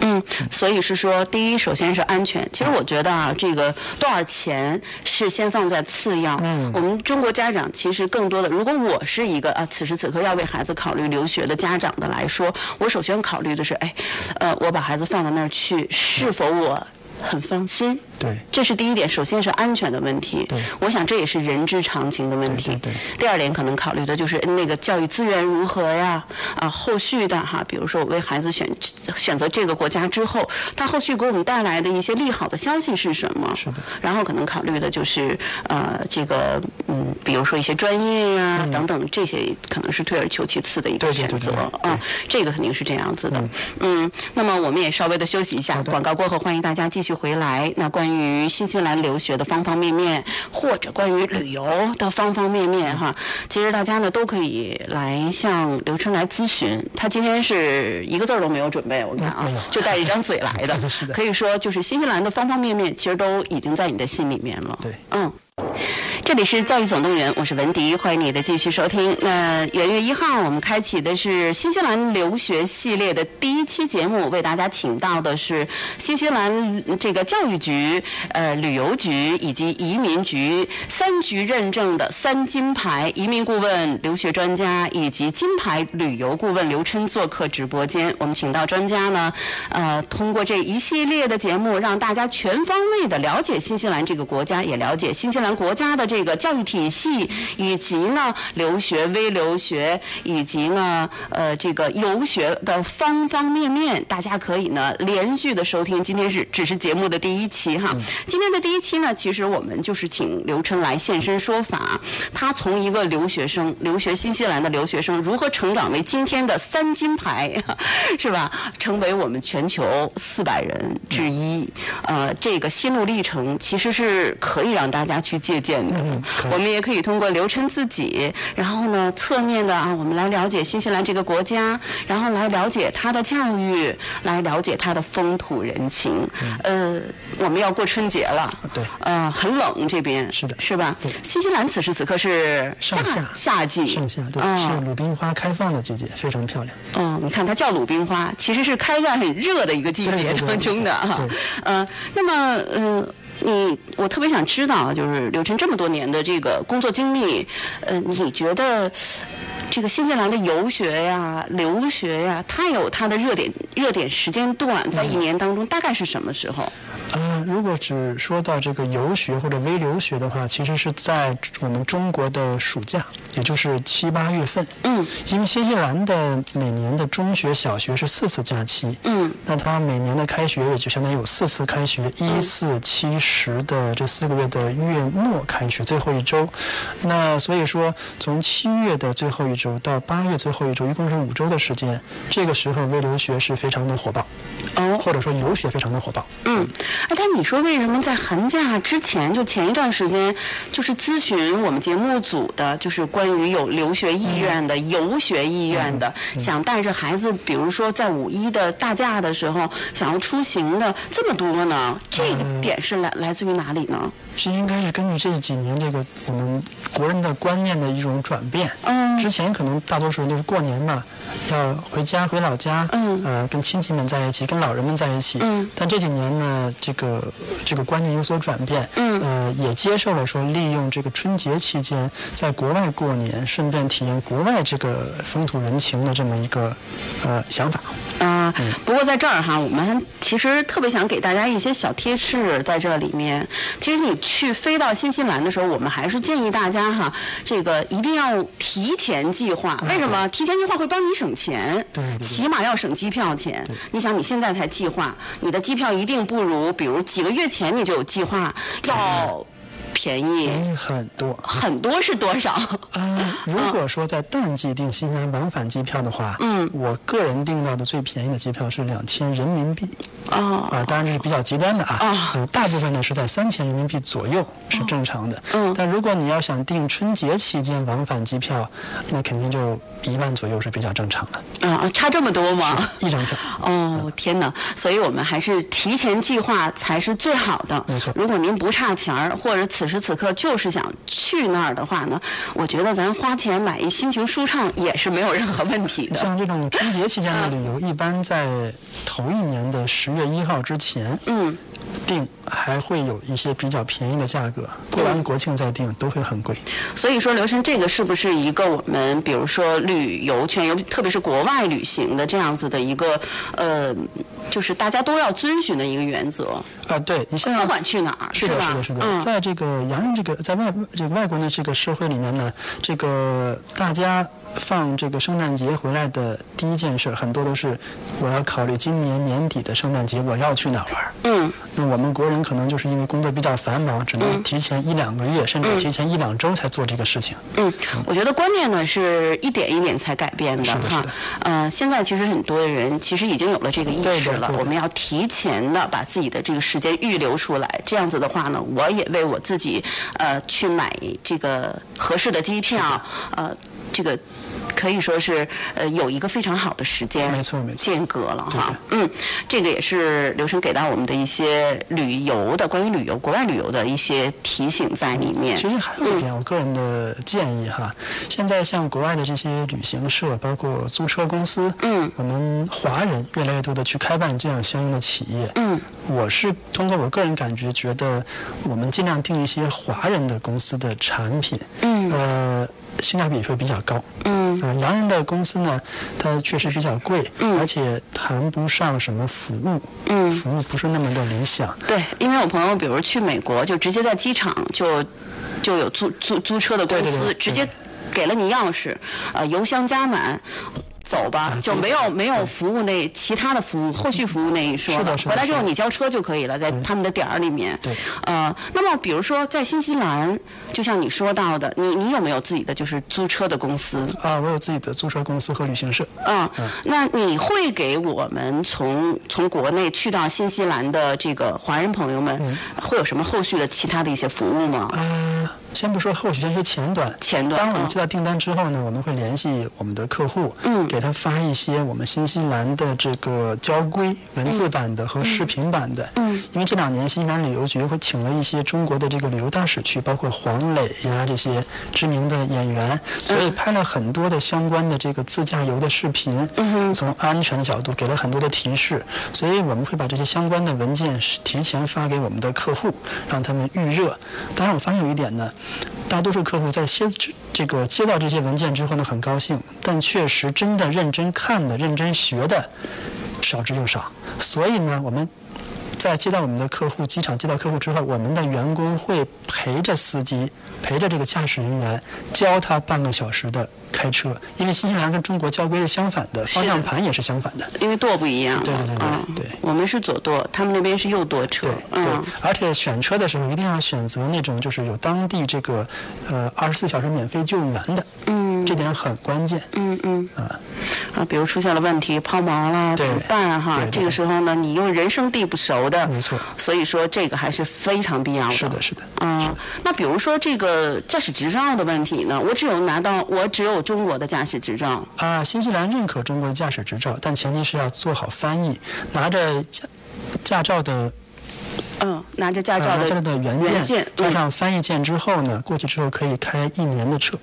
[SPEAKER 2] 嗯，所以是说，第一，首先是安全。其实我觉得啊，这个多少钱是先放在次要。
[SPEAKER 3] 嗯
[SPEAKER 2] 我们中国家长其实更多的，如果我是一个啊，此时此刻要为孩子考虑留学的家长的来说，我首先考虑的是，哎，呃，我把孩子放到那儿去，是否我很放心？
[SPEAKER 3] 对，
[SPEAKER 2] 这是第一点，首先是安全的问题
[SPEAKER 3] 对，
[SPEAKER 2] 我想这也是人之常情的问题。
[SPEAKER 3] 对对对
[SPEAKER 2] 第二点可能考虑的就是那个教育资源如何呀？啊，后续的哈，比如说我为孩子选选择这个国家之后，他后续给我们带来的一些利好的消息是什么？
[SPEAKER 3] 是的。
[SPEAKER 2] 然后可能考虑的就是呃，这个嗯，比如说一些专业呀、等等，这些可能是退而求其次的一个
[SPEAKER 3] 嗯对对
[SPEAKER 2] 选
[SPEAKER 3] 对对
[SPEAKER 2] 择
[SPEAKER 3] 对
[SPEAKER 2] 啊。
[SPEAKER 3] 对
[SPEAKER 2] 嗯这个肯定是这样子的。嗯，那么我们也稍微的休息一下，广告过后欢迎大家继续回来。那关于新西兰留学的方方面面，或者关于旅游的方方面面哈，其实大家呢都可以来向刘春来咨询。他今天是一个字儿都没有准备，我看啊
[SPEAKER 3] 嗯没有，
[SPEAKER 2] 就带着一张嘴来的。
[SPEAKER 3] 是的
[SPEAKER 2] 可以说就是新西兰的方方面面，其实都已经在你的心里面了。
[SPEAKER 3] 对
[SPEAKER 2] 嗯。这里是《教育总动员》，我是文迪，欢迎你的继续收听。那元月一号，我们开启的是新西兰留学系列的第一期节目，为大家请到的是新西兰这个教育局、呃旅游局以及移民局三局认证的三金牌移民顾问、留学专家以及金牌旅游顾问刘琛做客直播间。我们请到专家呢，呃，通过这一系列的节目，让大家全方位的了解新西兰这个国家，也了解新西兰国家的这个教育体系，以及呢留学、微留学，以及呢呃这个游学的方方面面。大家可以呢连续的收听，今天是只是节目的第一期哈。今天的第一期呢，其实我们就是请刘琛来现身说法，他从一个留学生，留学新西兰的留学生如何成长为今天的三金牌，是吧？成为我们全球四百人
[SPEAKER 3] 嗯
[SPEAKER 2] 之一，呃，这个心路历程其实是可以让大家去借鉴的。
[SPEAKER 3] 嗯可以
[SPEAKER 2] 我们也可以通过刘琛自己，然后呢，侧面的啊，我们来了解新西兰这个国家，然后来了解它的教育，来了解它的风土人情。
[SPEAKER 3] 嗯
[SPEAKER 2] 呃，我们要过春节了，
[SPEAKER 3] 对
[SPEAKER 2] 呃，很冷这边，
[SPEAKER 3] 嗯是的
[SPEAKER 2] 是吧？
[SPEAKER 3] 对
[SPEAKER 2] 新西兰此时此刻是夏
[SPEAKER 3] 上夏
[SPEAKER 2] 夏季，
[SPEAKER 3] 上下对，
[SPEAKER 2] 嗯
[SPEAKER 3] 是鲁冰花开放的季节，非常漂亮。
[SPEAKER 2] 嗯，你看它叫鲁冰花，其实是开在很热的一个季节
[SPEAKER 3] 对对对
[SPEAKER 2] 当中的哈
[SPEAKER 3] 对。
[SPEAKER 2] 呃，那么呃，你我特别想知道，啊就是刘晨这么多年的这个工作经历，呃，你觉得这个新西兰的游学呀、留学呀，它有它的热点热点时间段，在一
[SPEAKER 3] 嗯
[SPEAKER 2] 年当中大概是什么时候？
[SPEAKER 3] 呃，如果只说到这个游学或者微留学的话，其实是在我们中国的暑假，也就是七八月份。
[SPEAKER 2] 嗯，
[SPEAKER 3] 因为新西兰的每年的中学、小学是四次假期。
[SPEAKER 2] 嗯
[SPEAKER 3] 那它每年的开学也就相当于有四次开学，一四七十的这四个月的月末开学，最后一周。那所以说，从七月的最后一周到八月最后一周，一共是五周的时间。这个时候微留学是非常的火爆，
[SPEAKER 2] 哦，
[SPEAKER 3] 或者说游学非常的火爆。
[SPEAKER 2] 嗯，哎，但你说为什么在寒假之前，就前一段时间，就是咨询我们节目组的，就是关于有留学意愿的、游学意愿的，想带着孩子，比如说在五一的大假的时候，想要出行的这么多呢？这个点是来、来自于哪里呢？
[SPEAKER 3] 是应该是根据这几年这个我们国人的观念的一种转变。
[SPEAKER 2] 嗯
[SPEAKER 3] 之前可能大多数人都是过年嘛，要回家回老家，
[SPEAKER 2] 嗯
[SPEAKER 3] 呃，跟亲戚们在一起，跟老人们在一起，
[SPEAKER 2] 嗯
[SPEAKER 3] 但这几年呢，这个这个观念有所转变，
[SPEAKER 2] 嗯
[SPEAKER 3] 呃，也接受了说利用这个春节期间在国外过年，顺便体验国外这个风土人情的这么一个呃想法。
[SPEAKER 2] 啊、
[SPEAKER 3] 嗯
[SPEAKER 2] 不过在这儿哈，我们其实特别想给大家一些小贴士在这里面。其实你去飞到新西兰的时候，我们还是建议大家哈，这个一定要提前计划。为什么？提前计划会帮你省钱，
[SPEAKER 3] 嗯对对对
[SPEAKER 2] 起码要省机票钱。你想，你现在才计划，你的机票一定不如，比如几个月前你就有计划，
[SPEAKER 3] 嗯
[SPEAKER 2] 要便宜。
[SPEAKER 3] 便宜很多啊、
[SPEAKER 2] 很多是多少？
[SPEAKER 3] 如果说在淡季订新西兰往返机票的话，
[SPEAKER 2] 嗯
[SPEAKER 3] 我个人订到的最便宜的机票是两千人民币。
[SPEAKER 2] 哦，
[SPEAKER 3] 啊，当然这是比较极端的啊，
[SPEAKER 2] 啊
[SPEAKER 3] 呃大部分呢是在三千人民币左右是正常的。
[SPEAKER 2] 嗯
[SPEAKER 3] 但如果你要想订春节期间往返机票，那肯定就一万左右是比较正常的，
[SPEAKER 2] 啊， 差这么多吗？
[SPEAKER 3] 一张票。
[SPEAKER 2] 哦，天哪！所以我们还是提前计划才是最好的。
[SPEAKER 3] 没错
[SPEAKER 2] 如果您不差钱儿，或者此时此刻就是想去那儿的话呢，我觉得咱花钱买一心情舒畅也是没有任何问题的。
[SPEAKER 3] 像这种春节期间的旅
[SPEAKER 2] 嗯
[SPEAKER 3] 游，一般在头一年的十月一号之前
[SPEAKER 2] 嗯，
[SPEAKER 3] 订，还会有一些比较便宜的价格。
[SPEAKER 2] 嗯
[SPEAKER 3] 过完国庆再订都会很贵。
[SPEAKER 2] 所以说刘晨，这个是不是一个我们比如说旅游圈，尤特别是国外旅行的这样子的一个呃，就是大家都要遵循的一个原则，
[SPEAKER 3] 啊，对你像
[SPEAKER 2] 不管去哪儿，
[SPEAKER 3] 是的，
[SPEAKER 2] 吧？
[SPEAKER 3] 是的，是的，
[SPEAKER 2] 嗯
[SPEAKER 3] 在这个洋人这个在外这个外国的这个社会里面呢，这个大家放这个圣诞节回来的第一件事，很多都是我要考虑今年年底的圣诞节我要去哪儿玩儿。
[SPEAKER 2] 嗯
[SPEAKER 3] 那我们国人可能就是因为工作比较繁忙，只能提前一两个月，甚至提前一两周才做这个事情。
[SPEAKER 2] 嗯，我觉得观念呢是一点一点才改变的
[SPEAKER 3] 是的
[SPEAKER 2] 哈
[SPEAKER 3] 是的。
[SPEAKER 2] 呃，现在其实很多的人其实已经有了这个意
[SPEAKER 3] 对
[SPEAKER 2] 识
[SPEAKER 3] 的
[SPEAKER 2] 了
[SPEAKER 3] 对，的
[SPEAKER 2] 我们要提前的把自己的这个时间预留出来。这样子的话呢，我也为我自己呃去买这个合适的机票，呃，这个可以说是呃有一个非常好的时间，
[SPEAKER 3] 没错没错
[SPEAKER 2] 间隔了
[SPEAKER 3] 对
[SPEAKER 2] 哈。嗯，这个也是刘晨给到我们的一些旅游的关于旅游国外旅游的一些提醒在里面。
[SPEAKER 3] 其实还有
[SPEAKER 2] 嗯
[SPEAKER 3] 一点，我个人的建议哈，现在像国外的这些旅行社，包括租车公司，
[SPEAKER 2] 嗯
[SPEAKER 3] 我们华人越来越多的去开办这样相应的企业，
[SPEAKER 2] 嗯，
[SPEAKER 3] 我是通过我个人感觉，觉得我们尽量定一些华人的公司的产品，
[SPEAKER 2] 嗯
[SPEAKER 3] 呃，性价比会比较高，
[SPEAKER 2] 嗯
[SPEAKER 3] 啊，洋人的公司呢，它确实比较贵，
[SPEAKER 2] 嗯
[SPEAKER 3] 而且谈不上什么服务，
[SPEAKER 2] 嗯
[SPEAKER 3] 服务不是那么的理想，
[SPEAKER 2] 对，因为我朋友比如去美国，就直接在机场就就有租租租车的公司，
[SPEAKER 3] 对对嗯对
[SPEAKER 2] 直接给了你钥匙，呃，邮箱加满。走
[SPEAKER 3] 啊
[SPEAKER 2] 吧，就没有没有服务那其他的服务后续服务那一说
[SPEAKER 3] 是
[SPEAKER 2] 了
[SPEAKER 3] 的是的
[SPEAKER 2] 回来之后
[SPEAKER 3] 是的嗯
[SPEAKER 2] 你交车就可以了，在他们的点儿里面。
[SPEAKER 3] 对
[SPEAKER 2] 呃，那么比如说在新西兰，就像你说到的，你你有没有自己的就是租车的公司？
[SPEAKER 3] 啊，我有自己的租车公司和旅行社。
[SPEAKER 2] 嗯，那你会给我们从从国内去到新西兰的这个华人朋友们，
[SPEAKER 3] 嗯
[SPEAKER 2] 会有什么后续的其他的一些服务吗？
[SPEAKER 3] 呃，先不说后续，先说前端。
[SPEAKER 2] 前端
[SPEAKER 3] 当我
[SPEAKER 2] 嗯
[SPEAKER 3] 们接到订单之后呢，我们会联系我们的客户，
[SPEAKER 2] 嗯
[SPEAKER 3] 给他发一些我们新西兰的这个交规文字版的和视频版的，
[SPEAKER 2] 嗯
[SPEAKER 3] 因为这两年新西兰旅游局会请了一些中国的这个旅游大使去，包括黄磊呀这些知名的演员，所以拍了很多的相关的这个自驾游的视频，
[SPEAKER 2] 嗯哼
[SPEAKER 3] 从安全角度给了很多的提示，所以我们会把这些相关的文件是提前发给我们的客户，让他们预热。当然，我发现有一点呢，大多数客户在接这个接到这些文件之后呢，很高兴，但确实真的认真看的、认真学的少之又少。所以呢，我们在接到我们的客户，机场接到客户之后，我们的员工会陪着司机，陪着这个驾驶人员，教他半个小时的开车，因为新西兰跟中国交规是相反的，方向盘也是相反的。
[SPEAKER 2] 因为舵不一样
[SPEAKER 3] 对对对对
[SPEAKER 2] 嗯
[SPEAKER 3] 对
[SPEAKER 2] 我们是左舵，他们那边是右舵车
[SPEAKER 3] 对，对
[SPEAKER 2] 嗯，，
[SPEAKER 3] 而且选车的时候一定要选择那种就是有当地这个呃二十四小时免费救援的，嗯，这点很关键。
[SPEAKER 2] 嗯嗯
[SPEAKER 3] 啊
[SPEAKER 2] 啊，比如出现了问题，抛锚啦，怎
[SPEAKER 3] 对
[SPEAKER 2] 么办啊哈
[SPEAKER 3] 对？对
[SPEAKER 2] 这个时候呢，你又人生地不熟的，
[SPEAKER 3] 没错
[SPEAKER 2] 所以说这个还是非常必要的。
[SPEAKER 3] 是的，是的。
[SPEAKER 2] 嗯，那比如说这个驾驶执照的问题呢，我只有拿到，我只有中国的驾驶执照，
[SPEAKER 3] 啊，新西兰认可中国驾驶执照，但前提是要做好翻译，拿着驾驾照的呃
[SPEAKER 2] 嗯，拿着驾
[SPEAKER 3] 驾
[SPEAKER 2] 照
[SPEAKER 3] 照
[SPEAKER 2] 的
[SPEAKER 3] 的原
[SPEAKER 2] 原
[SPEAKER 3] 件，
[SPEAKER 2] 件
[SPEAKER 3] 加
[SPEAKER 2] 嗯
[SPEAKER 3] 上翻译件之后呢，过去之后可以开一年的车。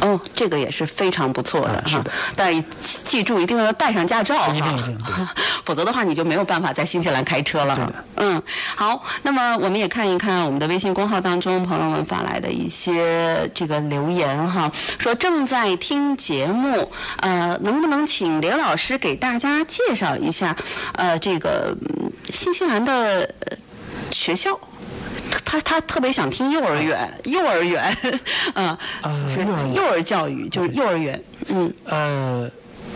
[SPEAKER 2] 哦，这个也是非常不错的
[SPEAKER 3] 啊是
[SPEAKER 2] 哈
[SPEAKER 3] 的。
[SPEAKER 2] 但记记住一定要带上驾照
[SPEAKER 3] 一定一定
[SPEAKER 2] 哈， 否则的话你就没有办法在新西兰开车了。
[SPEAKER 3] 对的
[SPEAKER 2] 嗯，好，那么我们也看一看我们的微信公号当中朋友们发来的一些这个留言哈，说正在听节目，呃，能不能请刘老师给大家介绍一下，呃，这个嗯新西兰的呃学校？他他他特别想听幼儿园，幼儿园，嗯、
[SPEAKER 3] 啊
[SPEAKER 2] 是
[SPEAKER 3] 幼儿园
[SPEAKER 2] 幼儿教育，就是幼儿园，嗯
[SPEAKER 3] 呃，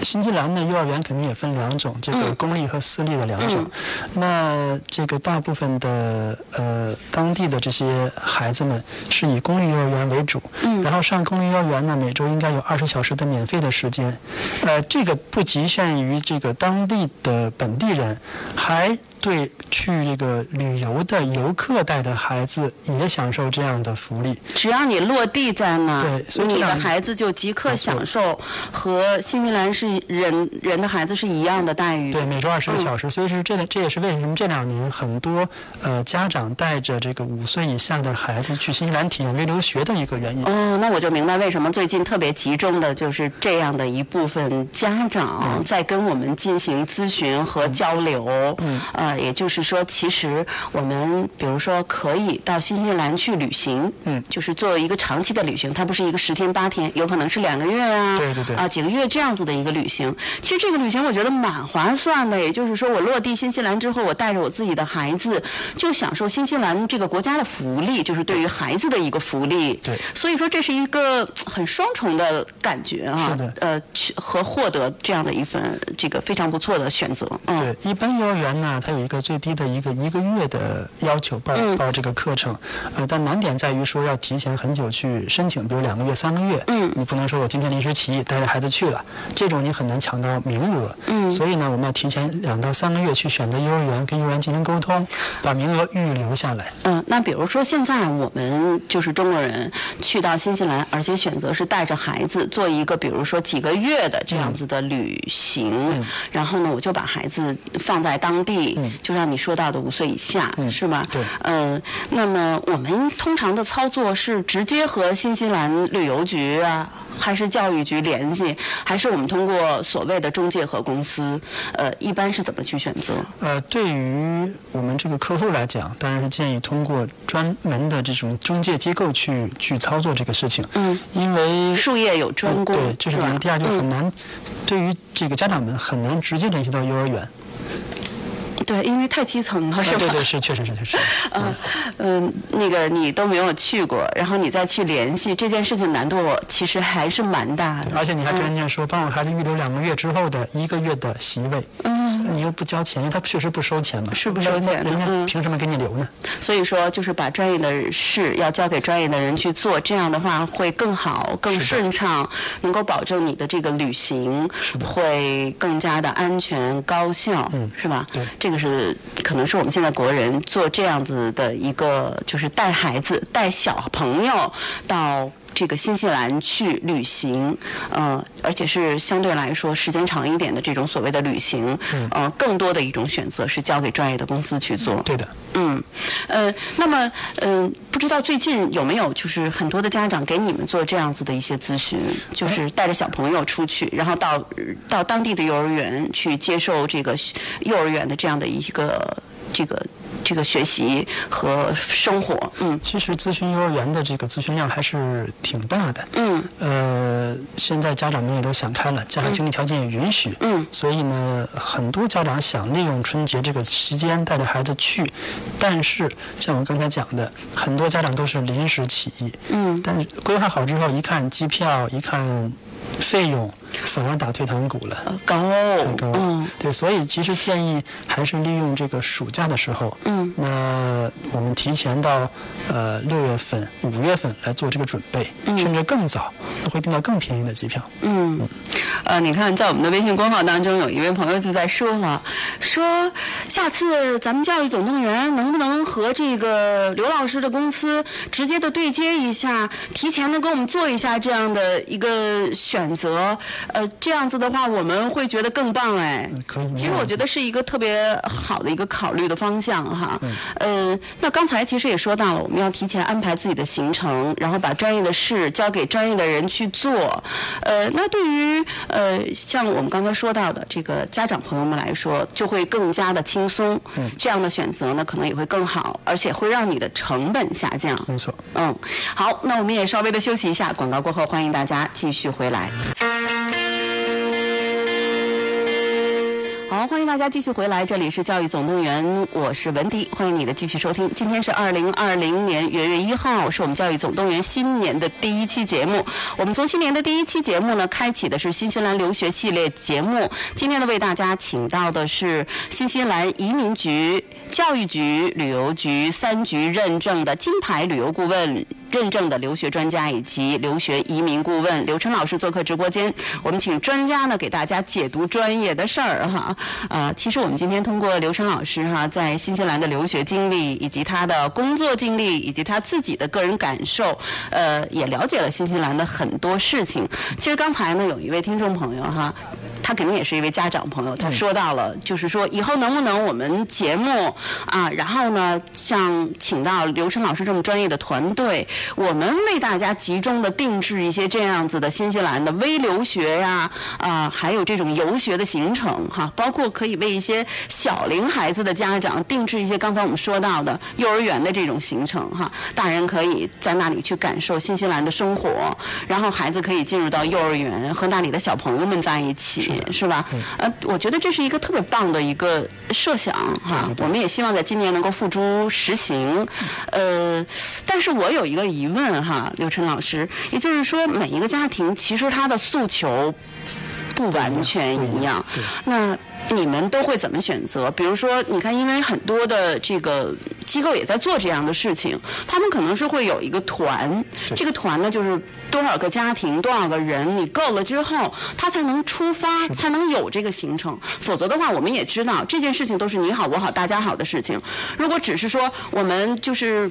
[SPEAKER 3] 新西兰的幼儿园肯定也分两种，这个公立和私立的两种。那这个大部分的呃当地的这些孩子们是以公立幼儿园为主，然后上公立幼儿园呢，每周应该有二十小时的免费的时间。呃，这个不局限于这个当地的本地人，还对去这个旅游的游客带的孩子也享受这样的福利。
[SPEAKER 2] 只要你落地在那儿，
[SPEAKER 3] 对所以
[SPEAKER 2] 你
[SPEAKER 3] 这
[SPEAKER 2] 的
[SPEAKER 3] 样
[SPEAKER 2] 孩子就即刻享受和新西兰是人人的孩子是一样的待遇。
[SPEAKER 3] 对，每周二
[SPEAKER 2] 嗯
[SPEAKER 3] 十个小时，所以是这这也是为什么这两年很多呃家长带着这个五岁以下的孩子去新西兰体验微留学的一个原因。
[SPEAKER 2] 哦，那我就明白为什么最近特别集中的就是这样的一部分家
[SPEAKER 3] 嗯
[SPEAKER 2] 长在跟我们进行咨询和交流。嗯，呃，也就是说，其实我们比如说可以到新西兰去旅行，
[SPEAKER 3] 嗯
[SPEAKER 2] 就是做一个长期的旅行，它不是一个十天八天，有可能是两个月啊，
[SPEAKER 3] 对对对
[SPEAKER 2] 啊几个月这样子的一个旅行。其实这个旅行我觉得蛮划算的，也就是说我落地新西兰之后，我带着我自己的孩子就享受新西兰这个国家的福利，就是对于孩子的一个福利。
[SPEAKER 3] 对
[SPEAKER 2] 所以说这是一个呃很双重的感觉啊，
[SPEAKER 3] 是的
[SPEAKER 2] 呃，去和获得这样的一份这个非常不错的选择，嗯，
[SPEAKER 3] 对，一般幼儿园呢，它有一个最低的一个一个月的要求报
[SPEAKER 2] 嗯
[SPEAKER 3] 报这个课程，呃，但难点在于说要提前很久去申请，比如两个月、三个月，
[SPEAKER 2] 嗯
[SPEAKER 3] 你不能说我今天临时起意带着孩子去了，这种你很难抢到名额，
[SPEAKER 2] 嗯
[SPEAKER 3] 所以呢，我们要提前两到三个月去选择幼儿园，跟幼儿园进行沟通，把名额预留下来。
[SPEAKER 2] 嗯，那比如说现在我们就是中国人去到新西兰，而且选择是带着孩子做一个，比如说几个月的这样子的旅行，
[SPEAKER 3] 嗯
[SPEAKER 2] 然后呢，我就把孩子放在当地，就像你说到的五岁以下，是吗？
[SPEAKER 3] 对
[SPEAKER 2] 嗯，那么我们通常的操作是直接和新西兰旅游局啊，还是教育局联系，还是我们通过所谓的中介和公司？呃，一般是怎么去选择？
[SPEAKER 3] 呃，对于我们这个客户来讲，当然是建议通过专门的这种中介机构去去操作这个事情，
[SPEAKER 2] 嗯，
[SPEAKER 3] 因为呃
[SPEAKER 2] 术业有专攻，
[SPEAKER 3] 对，这是第
[SPEAKER 2] 吧
[SPEAKER 3] 一，第二就
[SPEAKER 2] 嗯
[SPEAKER 3] 很难，对于这个家长们很难直接联系到幼儿园，
[SPEAKER 2] 对，因为太基层了，
[SPEAKER 3] 啊
[SPEAKER 2] 是吧？
[SPEAKER 3] 对对是，确实是确实是，嗯，
[SPEAKER 2] 嗯，那个你都没有去过，然后你再去联系这件事情难度，其实还是蛮大的。
[SPEAKER 3] 而且你还跟
[SPEAKER 2] 嗯
[SPEAKER 3] 人家说帮我孩子预留两个月之后的一个月的席位，嗯，你又不交钱，因为他确实不收钱嘛，
[SPEAKER 2] 是不
[SPEAKER 3] 那
[SPEAKER 2] 收
[SPEAKER 3] 那
[SPEAKER 2] 钱的
[SPEAKER 3] 人
[SPEAKER 2] 嗯
[SPEAKER 3] 家凭什么给你留呢？
[SPEAKER 2] 所以说，就是把专业的事要交给专业的人去做，这样的话会更好、更
[SPEAKER 3] 是的
[SPEAKER 2] 顺畅，能够保证你的这个旅行会更加的安全、高效，是吧？
[SPEAKER 3] 嗯对
[SPEAKER 2] 这个是可能是我们现在国人做这样子的一个，就是带孩子、带小朋友到。这个新西兰去旅行，呃，而且是相对来说时间长一点的这种所谓的旅行，
[SPEAKER 3] 嗯
[SPEAKER 2] 呃，更多的一种选择是交给专业的公司去做。
[SPEAKER 3] 对的，
[SPEAKER 2] 嗯，呃，那么，嗯、不知道最近有没有就是很多的家长给你们做这样子的一些咨询，就是带着小朋友出去，然后到呃到当地的幼儿园去接受这个学幼儿园的这样的一个这个这个学习和生活，嗯
[SPEAKER 3] 其实咨询幼儿园的这个咨询量还是挺大的，
[SPEAKER 2] 嗯
[SPEAKER 3] 呃，个现在家长们也都想开了，家长经济条件也允许，
[SPEAKER 2] 嗯
[SPEAKER 3] 所以呢，很多家长想利用春节这个时间带着孩子去，但是像我刚才讲的，很多家长都是临时起意，
[SPEAKER 2] 嗯，
[SPEAKER 3] 但是规划好之后，一看机票，一看费用，反而打退堂鼓了。
[SPEAKER 2] 高，
[SPEAKER 3] 很高，
[SPEAKER 2] 哦嗯
[SPEAKER 3] 对，所以其实建议还是利用这个暑假的时候，
[SPEAKER 2] 嗯
[SPEAKER 3] 那我们提前到呃六月份、五月份来做这个准备，甚至更早，那会订到更便宜的机票。
[SPEAKER 2] 嗯，呃，你看，在我们的微信公号当中，有一位朋友就在说了，说下次咱们教育总动员能不能和这个刘老师的公司直接的对接一下，提前的给我们做一下这样的一个选择，呃，这样子的话，我们会觉得更棒哎。
[SPEAKER 3] 嗯可以
[SPEAKER 2] 其实我觉得是一个特别好的一个考虑的方向哈。嗯、呃，那刚才其实也说到了，我们要提前安排自己的行程，然后把专业的事交给专业的人去做。呃，那对于呃像我们刚才说到的这个家长朋友们来说，就会更加的轻松。嗯，这样的选择呢，可能也会更好，而且会让你的成本下降。
[SPEAKER 3] 没错。
[SPEAKER 2] 嗯，好，那我们也稍微的休息一下，广告过后欢迎大家继续回来。好，欢迎大家继续回来，这里是教育总动员，我是文迪，欢迎你的继续收听。今天是二零二零年元月一号，是我们教育总动员新年的第一期节目。我们从新年的第一期节目呢，开启的是新西兰留学系列节目。今天呢，为大家请到的是新西兰移民局、教育局、旅游局三局认证的金牌旅游顾问。认证的留学专家以及留学移民顾问刘琛老师做客直播间，我们请专家呢给大家解读专业的事儿哈。呃，其实我们今天通过刘琛老师哈在新西兰的留学经历，以及他的工作经历，以及他自己的个人感受，呃，也了解了新西兰的很多事情。其实刚才呢有一位听众朋友哈。他肯定也是一位家长朋友，他说到了，就是说以后能不能我们节目啊，然后呢，像请到刘琛老师这么专业的团队，我们为大家集中的定制一些这样子的新西兰的微留学呀，啊，还有这种游学的行程哈、包括可以为一些小龄孩子的家长定制一些刚才我们说到的幼儿园的这种行程哈、大人可以在那里去感受新西兰的生活，然后孩子可以进入到幼儿园和那里的小朋友们在一起。是吧？呃，我觉得这是一个特别棒的一个设想哈，我们也希望在今年能够付诸实行。呃，但是我有一个疑问哈，刘晨老师，也就是说，每一个家庭其实他的诉求不完全一样，那。你们都会怎么选择？比如说，你看，因为很多的这个机构也在做这样的事情，他们可能是会有一个团，
[SPEAKER 3] 对
[SPEAKER 2] 这个团呢就是多少个家庭、多少个人，你够了之后，他才能出发，才能有这个行程。否则的话，我们也知道这件事情都是你好我好大家好的事情。如果只是说我们就是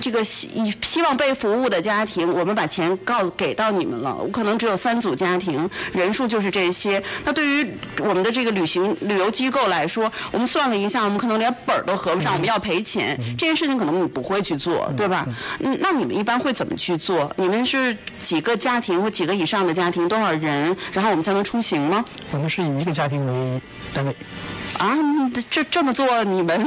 [SPEAKER 2] 这个希以希望被服务的家庭，我们把钱告给到你们了，我可能只有三组家庭，人数就是这些。那对于我们的这个旅行旅游机构来说，我们算了一下，我们可能连本儿都合不上，我们要赔钱。这件事情可能你不会去做，对吧？嗯，那你们一般会怎么去做？你们是几个家庭或几个以上的家庭多少人，然后我们才能出行吗？
[SPEAKER 3] 我们是以一个家庭为单位，
[SPEAKER 2] 啊，嗯这这么做你们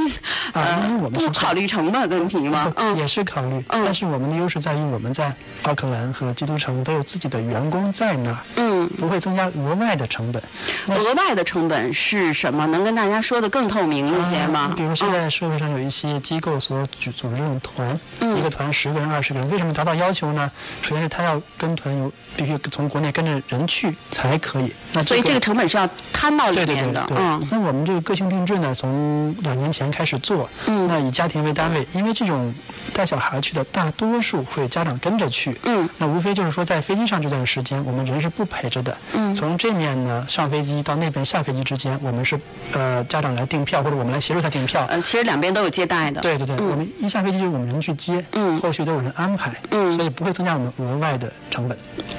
[SPEAKER 3] 啊
[SPEAKER 2] 呃
[SPEAKER 3] 因为我们是
[SPEAKER 2] 不考虑成本问题吗？嗯，
[SPEAKER 3] 也是考虑。
[SPEAKER 2] 嗯
[SPEAKER 3] 但是我们的优势在于我们在奥克兰和基督城都有自己的员工在那儿，
[SPEAKER 2] 嗯，
[SPEAKER 3] 不会增加额外的成本。那
[SPEAKER 2] 额外的成本是什么？能跟大家说的更透明一些
[SPEAKER 3] 啊
[SPEAKER 2] 吗？嗯哦
[SPEAKER 3] 比如现在社会上有一些机构所组组织这种团，
[SPEAKER 2] 嗯
[SPEAKER 3] 一个团十个人、二十个人，为什么达到要求呢？首先是他要跟团游，必须从国内跟着人去才可以。那
[SPEAKER 2] 所以这
[SPEAKER 3] 这
[SPEAKER 2] 个成本是要摊到里
[SPEAKER 3] 对对对
[SPEAKER 2] 面的，
[SPEAKER 3] 对，
[SPEAKER 2] 嗯
[SPEAKER 3] 那我们这个个性定制呢，从两年前开始做，
[SPEAKER 2] 嗯
[SPEAKER 3] 那以家庭为单位，因为这种带小孩去的大多数会家长跟着去，
[SPEAKER 2] 嗯
[SPEAKER 3] 那无非就是说，在飞机上这段时间，我们人是不陪着的。
[SPEAKER 2] 嗯
[SPEAKER 3] 从这面呢上飞机到那边下飞机之间，我们是呃家长来订票，或者我们来协助他订票。
[SPEAKER 2] 呃，其实两边都有接待的，
[SPEAKER 3] 对对对，我们一下飞机就我们人去接，
[SPEAKER 2] 嗯
[SPEAKER 3] 后续都有人安排，
[SPEAKER 2] 嗯
[SPEAKER 3] 所以不会增加我们额外的成本。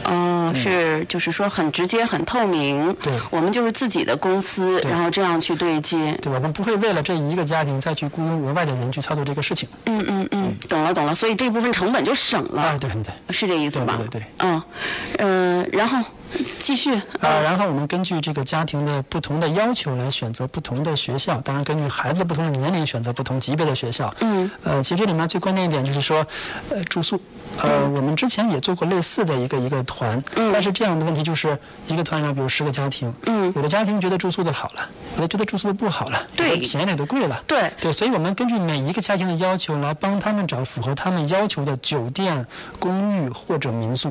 [SPEAKER 2] 哦，是就是说很直接、很透明，
[SPEAKER 3] 嗯对
[SPEAKER 2] 我们就是自己的公司，
[SPEAKER 3] 对
[SPEAKER 2] 然后这样去对接，
[SPEAKER 3] 对，我们不会为了这一个家庭再去雇佣额外的人去操作这个事情。
[SPEAKER 2] 嗯嗯嗯，懂了懂了，所以这部分成本就省
[SPEAKER 3] 啊，
[SPEAKER 2] 了，
[SPEAKER 3] 对对对。
[SPEAKER 2] 是这意思吧？
[SPEAKER 3] 对对对
[SPEAKER 2] 嗯，呃，然后继续，呃
[SPEAKER 3] 啊，然后我们根据这个家庭的不同的要求来选择不同的学校，当然根据孩子不同的年龄选择不同级别的学校。
[SPEAKER 2] 嗯，
[SPEAKER 3] 呃，其实这里面最关键一点就是说，呃，住宿，呃，
[SPEAKER 2] 嗯
[SPEAKER 3] 我们之前也做过类似的一个一个团，但是这样的问题就是一个团上比如十个家庭，
[SPEAKER 2] 嗯
[SPEAKER 3] 有的家庭觉得住宿的好了，有的觉得住宿的不好了，有的
[SPEAKER 2] 对
[SPEAKER 3] 便宜了有的贵了，
[SPEAKER 2] 对
[SPEAKER 3] 对，所以我们根据每一个家庭的要求来帮他们找符合他们要求的酒店、公寓或者民宿。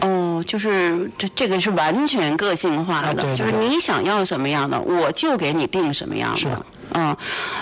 [SPEAKER 2] 哦，就是这这个是完全个性化的，
[SPEAKER 3] 啊对对
[SPEAKER 2] 就是
[SPEAKER 3] 对
[SPEAKER 2] 你想要什么样的，我就给你定什么样
[SPEAKER 3] 是的
[SPEAKER 2] 嗯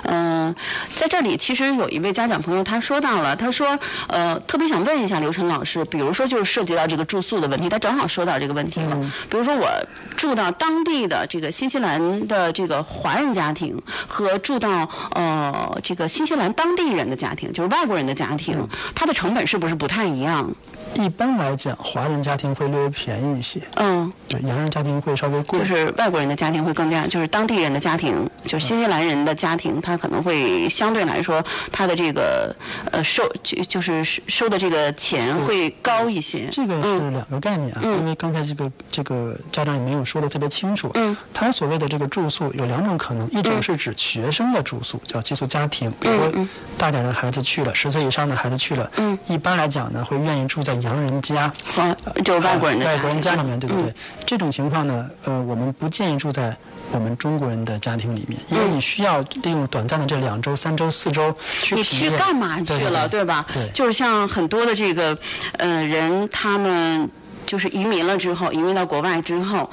[SPEAKER 2] 嗯、在这里其实有一位家长朋友他说到了，他说呃特别想问一下刘晨老师，比如说就是涉及到这个住宿的问题，他正好说到这个问题了。
[SPEAKER 3] 嗯
[SPEAKER 2] 比如说我住到当地的这个新西兰的这个华人家庭和住到呃这个新西兰当地人的家庭，就是外国人的家
[SPEAKER 3] 嗯
[SPEAKER 2] 庭，它的成本是不是不太一样？
[SPEAKER 3] 一般来讲，华人家庭会略微便宜一些，
[SPEAKER 2] 嗯。
[SPEAKER 3] 对，洋人家庭会稍微贵。
[SPEAKER 2] 就是外国人的家庭会更加，就是当地人的家庭，就是新西兰人的家庭，他可能会相对来说，他的这个呃收就就是收的这个钱会高一些。嗯
[SPEAKER 3] 这个是两个概念啊，因为刚才这个这个家长也没有说的特别清楚。啊
[SPEAKER 2] 嗯，
[SPEAKER 3] 他所谓的这个住宿有两种可能，一种是指学生的住宿，叫寄宿家庭，比如说大点的孩子去了，十岁以上的孩子去了，
[SPEAKER 2] 嗯，
[SPEAKER 3] 一般来讲呢会愿意住在洋人家，
[SPEAKER 2] 哦，就是外国人的家
[SPEAKER 3] 啊外
[SPEAKER 2] 庭。
[SPEAKER 3] 国人家里面，对不对？这种情况呢，呃，我们不建议住在我们中国人的家庭里面，
[SPEAKER 2] 嗯
[SPEAKER 3] 因为你需要利用短暂的这两周、三周、四周去
[SPEAKER 2] 你
[SPEAKER 3] 体
[SPEAKER 2] 去
[SPEAKER 3] 验
[SPEAKER 2] 干嘛去
[SPEAKER 3] 对
[SPEAKER 2] 了，
[SPEAKER 3] 对
[SPEAKER 2] 吧？
[SPEAKER 3] 对
[SPEAKER 2] 就是像很多的这个，呃，人他们就是移民了之后，移民到国外之后。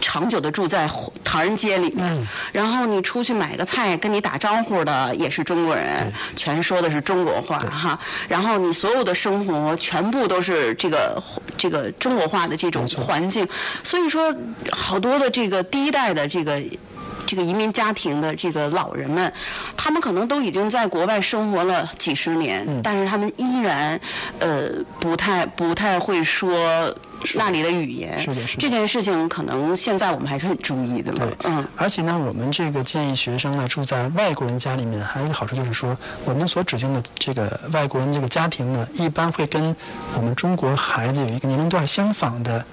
[SPEAKER 2] 长久的住在唐人街里面，
[SPEAKER 3] 嗯
[SPEAKER 2] 然后你出去买个菜，跟你打招呼的也是中国人，全说的是中国话哈。然后你所有的生活全部都是这个这个中国化的这种环境，所以说好多的这个第一代的这个这个移民家庭的这个老人们，他们可能都已经在国外生活了几十年，
[SPEAKER 3] 嗯
[SPEAKER 2] 但是他们依然呃不太不太会说那里的语言。
[SPEAKER 3] 是的是的
[SPEAKER 2] 这件事情可能现在我们还是很注意的嘛。
[SPEAKER 3] 对，
[SPEAKER 2] 嗯，
[SPEAKER 3] 而且呢，我们这个建议学生呢住在外国人家里面，还有一个好处就是说，我们所指定的这个外国人这个家庭呢，一般会跟我们中国孩子有一个年龄段相仿的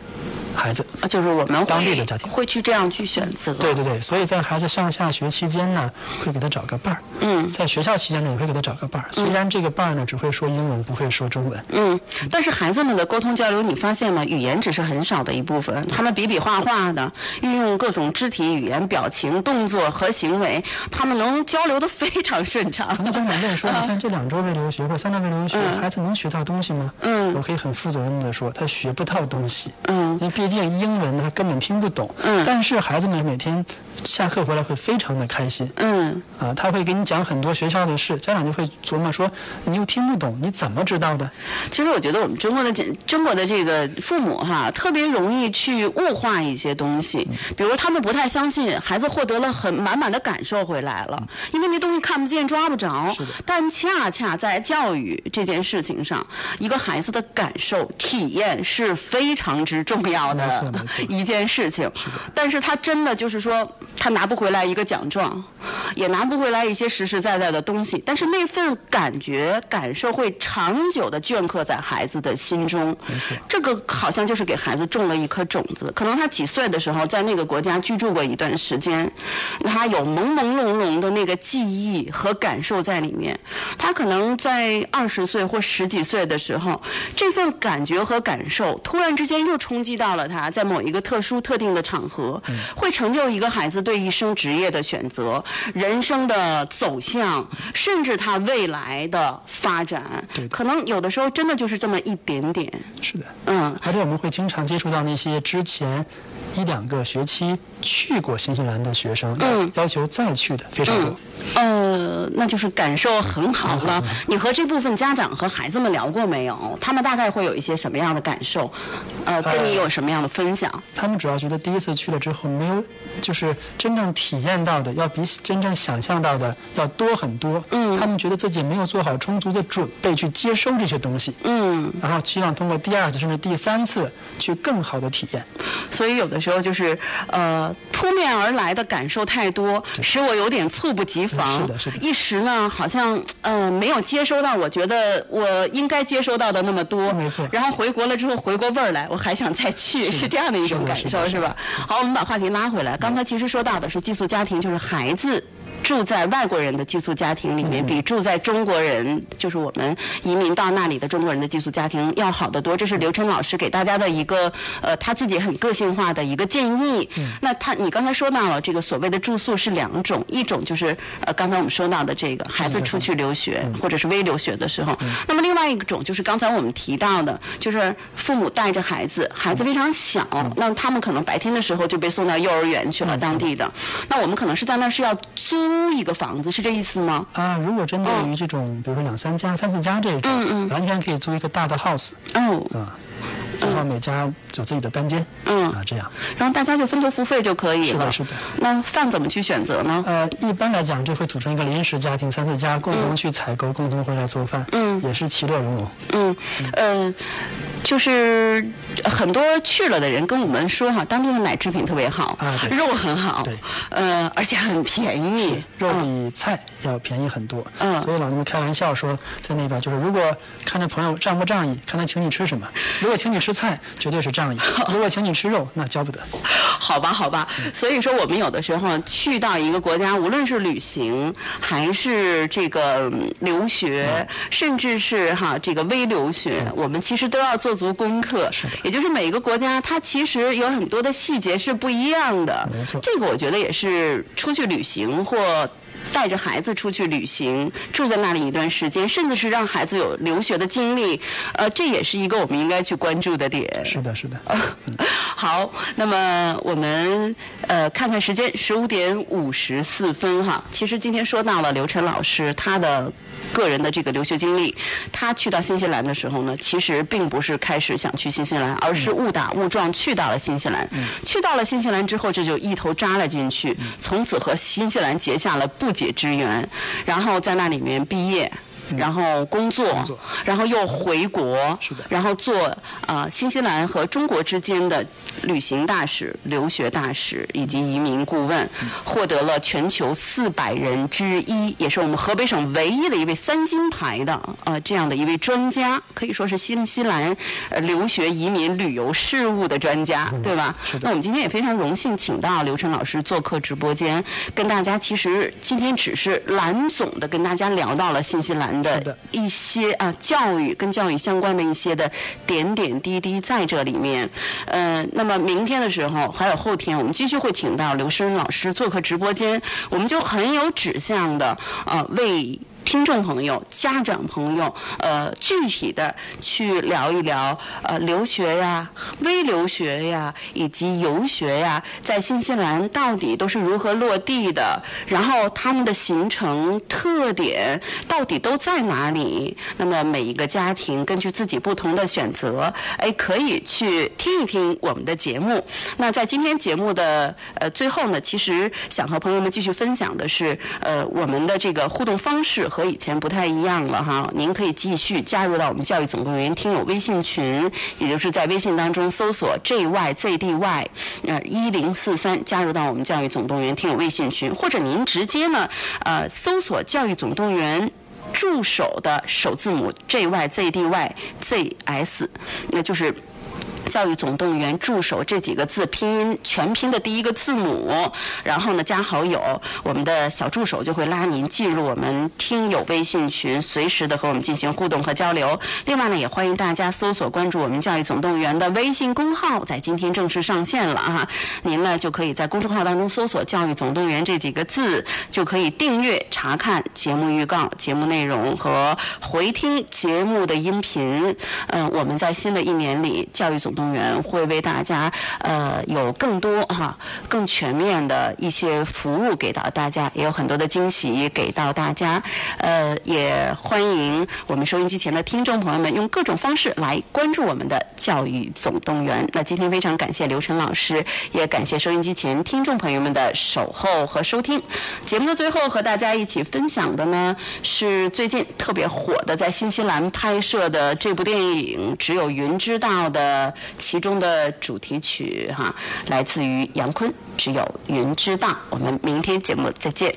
[SPEAKER 3] 孩子。
[SPEAKER 2] 就是我们会
[SPEAKER 3] 当地的家庭
[SPEAKER 2] 会去这样去选择。
[SPEAKER 3] 对对对，所以在孩子上下学期间呢，会给他找个伴儿。
[SPEAKER 2] 嗯
[SPEAKER 3] 在学校期间呢，也会给他找个伴儿。虽然这个伴儿呢只会说英文，不会说中文，
[SPEAKER 2] 嗯，但是孩子们的沟通交流，你发现吗？语言只是很少的一部
[SPEAKER 3] 嗯
[SPEAKER 2] 分，他们比比划划的，运用各种肢体语言、表情、动作和行为，他们能交流的非常顺畅。
[SPEAKER 3] 那家长问说：“
[SPEAKER 2] 嗯
[SPEAKER 3] 你看这两周的留学或三周的留学，孩子能学到东西吗？”
[SPEAKER 2] 嗯
[SPEAKER 3] 我可以很负责任的说，他学不到东西。
[SPEAKER 2] 嗯
[SPEAKER 3] 因为毕竟英文他根本听不懂。
[SPEAKER 2] 嗯
[SPEAKER 3] 但是孩子们每天下课回来会非常的开心。
[SPEAKER 2] 嗯
[SPEAKER 3] 啊，他会给你讲很多学校的事，家长就会琢磨说：“你又听不懂，你怎么知道的？”，
[SPEAKER 2] 其实我觉得我们中国的简中国的这个父母哈，特别容易去物化一些东西，比如他们不太相信孩子获得了很满满的感受回来了，因为那东西看不见抓不着
[SPEAKER 3] 是的。
[SPEAKER 2] 但恰恰在教育这件事情上，一个孩子的感受体验是非常之重要
[SPEAKER 3] 没错
[SPEAKER 2] 的
[SPEAKER 3] 没错
[SPEAKER 2] 一件事情。但是他真的就是说，他拿不回来一个奖状，也拿不回来一些实实在在的东西，但是那份感觉、感受会长久的镌刻在孩子的心中
[SPEAKER 3] 错。
[SPEAKER 2] 这个好像就是给孩子种了一颗种子。可能他几岁的时候在那个国家居住过一段时间，他有朦朦胧胧的那个记忆和感受在里面。他可能在二十岁或十几岁的时候，这份感觉和感受突然之间又冲击到了他，在某一个特殊特定的场合，
[SPEAKER 3] 嗯
[SPEAKER 2] 会成就一个孩子对一生职业的选择、人生的走向，甚至他未来的发展
[SPEAKER 3] 对。的
[SPEAKER 2] 可能有的时候真的就是这么一点点，
[SPEAKER 3] 是的。
[SPEAKER 2] 嗯。
[SPEAKER 3] 而且我们会经常接触到那些之前一两个学期去过新西兰的学生，
[SPEAKER 2] 嗯
[SPEAKER 3] 要求再去的非常多。
[SPEAKER 2] 呃，那就是感受很好 了。你和这部分家长和孩子们聊过没有？他们大概会有一些什么样的感受？呃，跟你有什么样的分享？
[SPEAKER 3] 他们主要觉得第一次去了之后，没有就是真正体验到的，要比真正想象到的要多很多。嗯，他们觉得自己没有做好充足的准备去接收这些东西，
[SPEAKER 2] 嗯，
[SPEAKER 3] 然后希望通过第二次甚至第三次去更好的体验。
[SPEAKER 2] 所以有的时候就是呃，扑面而来的感受太多，使我有点猝不及防。
[SPEAKER 3] 嗯是的是的
[SPEAKER 2] 一时呢，好像呃没有接收到我觉得我应该接收到的那么多。
[SPEAKER 3] 没错
[SPEAKER 2] 然后回国了之后回过味儿来，我还想再去，是这样的一种
[SPEAKER 3] 是的
[SPEAKER 2] 感
[SPEAKER 3] 是的
[SPEAKER 2] 受，是吧？好，我们把话题拉回来。刚才其实说到的是寄宿家庭，就是孩子。住在外国人的寄宿家庭里
[SPEAKER 3] 嗯
[SPEAKER 2] 面，比住在中国人，就是我们移民到那里的中国人的寄宿家庭要好得多。这是刘晨老师给大家的一个呃他自己很个性化的一个建议。
[SPEAKER 3] 嗯
[SPEAKER 2] 那他你刚才说到了这个所谓的住宿是两种，一种就是呃刚才我们说到的这个孩子出去留学
[SPEAKER 3] 嗯
[SPEAKER 2] 或者是微留学的时候，那么另外一种就是刚才我们提到的，就是父母带着孩子，孩子非常小，
[SPEAKER 3] 嗯
[SPEAKER 2] 那他们可能白天的时候就被送到幼儿园去了，当地的。那我们可能是在那儿是要租一个房子，是这意思吗？
[SPEAKER 3] 啊，如果针对
[SPEAKER 2] 嗯
[SPEAKER 3] 于这种，比如说两三家、三四家这种，完全可以租一个大的 house
[SPEAKER 2] 哦，
[SPEAKER 3] 啊，然后每家有自己的单间，
[SPEAKER 2] 嗯
[SPEAKER 3] 啊，这样。
[SPEAKER 2] 然后大家就分头付费就可以
[SPEAKER 3] 是
[SPEAKER 2] 了。
[SPEAKER 3] 的是的
[SPEAKER 2] 那饭怎么去选择呢？
[SPEAKER 3] 呃，一般来讲，这会组成一个临时家庭，三四家共同去采购，共同回来做饭，
[SPEAKER 2] 嗯
[SPEAKER 3] 也是其乐融融。
[SPEAKER 2] 嗯，呃，就是很多去了的人跟我们说哈，当地的奶制品特别好，
[SPEAKER 3] 啊对
[SPEAKER 2] 肉很好，
[SPEAKER 3] 对
[SPEAKER 2] 呃，而且很便宜，
[SPEAKER 3] 肉比菜要便宜很多，
[SPEAKER 2] 嗯
[SPEAKER 3] 所以老人们开玩笑说，在那边就是，如果看着朋友仗不仗义，看他请你吃什么。如果请你吃菜，绝对是仗义； 如果请你吃肉，那交不得。
[SPEAKER 2] 好吧，好吧。所以说，我们有的时候去到一个国家，无论是旅行还是这个嗯留学，甚至是哈这个微留学，
[SPEAKER 3] 嗯
[SPEAKER 2] 我们其实都要做足功课。
[SPEAKER 3] 是的
[SPEAKER 2] 也就是每一个国家，它其实有很多的细节是不一样的。
[SPEAKER 3] 没错
[SPEAKER 2] 这个我觉得也是出去旅行或。带着孩子出去旅行，住在那里一段时间，甚至是让孩子有留学的经历，呃，这也是一个我们应该去关注的点。
[SPEAKER 3] 是的，是的。
[SPEAKER 2] 好，那么我们呃看看时间，十五点五十四分哈。其实今天说到了刘晨老师他的个人的这个留学经历，他去到新西兰的时候呢，其实并不是开始想去新西兰，而是误打误撞去到了新西兰。去到了新西兰之后，这就一头扎了进去，从此和新西兰结下了不解之缘，然后在那里面毕业。然后工作，
[SPEAKER 3] 嗯作
[SPEAKER 2] 然后又回国，
[SPEAKER 3] 是的
[SPEAKER 2] 然后做啊、呃新西兰和中国之间的旅行大使、留学大使以及移民顾问，
[SPEAKER 3] 嗯
[SPEAKER 2] 获得了全球四百人之一，也是我们河北省唯一的一位三金牌的呃这样的一位专家，可以说是新西兰呃留学、移民、旅游事务的专家，对吧？
[SPEAKER 3] 嗯是的
[SPEAKER 2] 那我们今天也非常荣幸请到刘晨老师做客直播间，跟大家其实今天只是蓝总的跟大家聊到了新西兰
[SPEAKER 3] 是
[SPEAKER 2] 的
[SPEAKER 3] 的
[SPEAKER 2] 一些啊教育跟教育相关的一些的点点滴滴在这里面。呃，那么明天的时候还有后天，我们继续会请到刘申老师做客直播间，我们就很有指向的呃为。听众朋友、家长朋友，呃，具体的去聊一聊，呃，留学呀、微留学呀，以及游学呀，在新西兰到底都是如何落地的？然后他们的行程特点到底都在哪里？那么每一个家庭根据自己不同的选择，哎，可以去听一听我们的节目。那在今天节目的呃最后呢，其实想和朋友们继续分享的是，呃，我们的这个互动方式和以前不太一样了哈。您可以继续加入到我们教育总动员听友微信群，也就是在微信当中搜索 JYZDY，呃一零四三，加入到我们教育总动员听友微信群，或者您直接呢，呃，搜索教育总动员。助手的首字母 J Y Z D Y Z S，那就是。教育总动员助手这几个字拼音全拼的第一个字母，然后呢加好友，我们的小助手就会拉您进入我们听友微信群，随时的和我们进行互动和交流。另外呢，也欢迎大家搜索关注我们教育总动员的微信公号，在今天正式上线了啊！您呢就可以在公众号当中搜索“教育总动员”这几个字，就可以订阅查看节目预告、节目内容和回听节目的音频。嗯、我们在新的一年里，教育总动员会为大家呃有更多哈、更全面的一些服务给到大家，也有很多的惊喜给到大家。呃，也欢迎我们收音机前的听众朋友们用各种方式来关注我们的教育总动员。那今天非常感谢刘晨老师，也感谢收音机前听众朋友们的守候和收听。节目的最后和大家一起分享的呢是最近特别火的在新西兰拍摄的这部电影《只有云知道》的其中的主题曲哈，来自于杨坤，《只有云知道》。我们明天节目再见。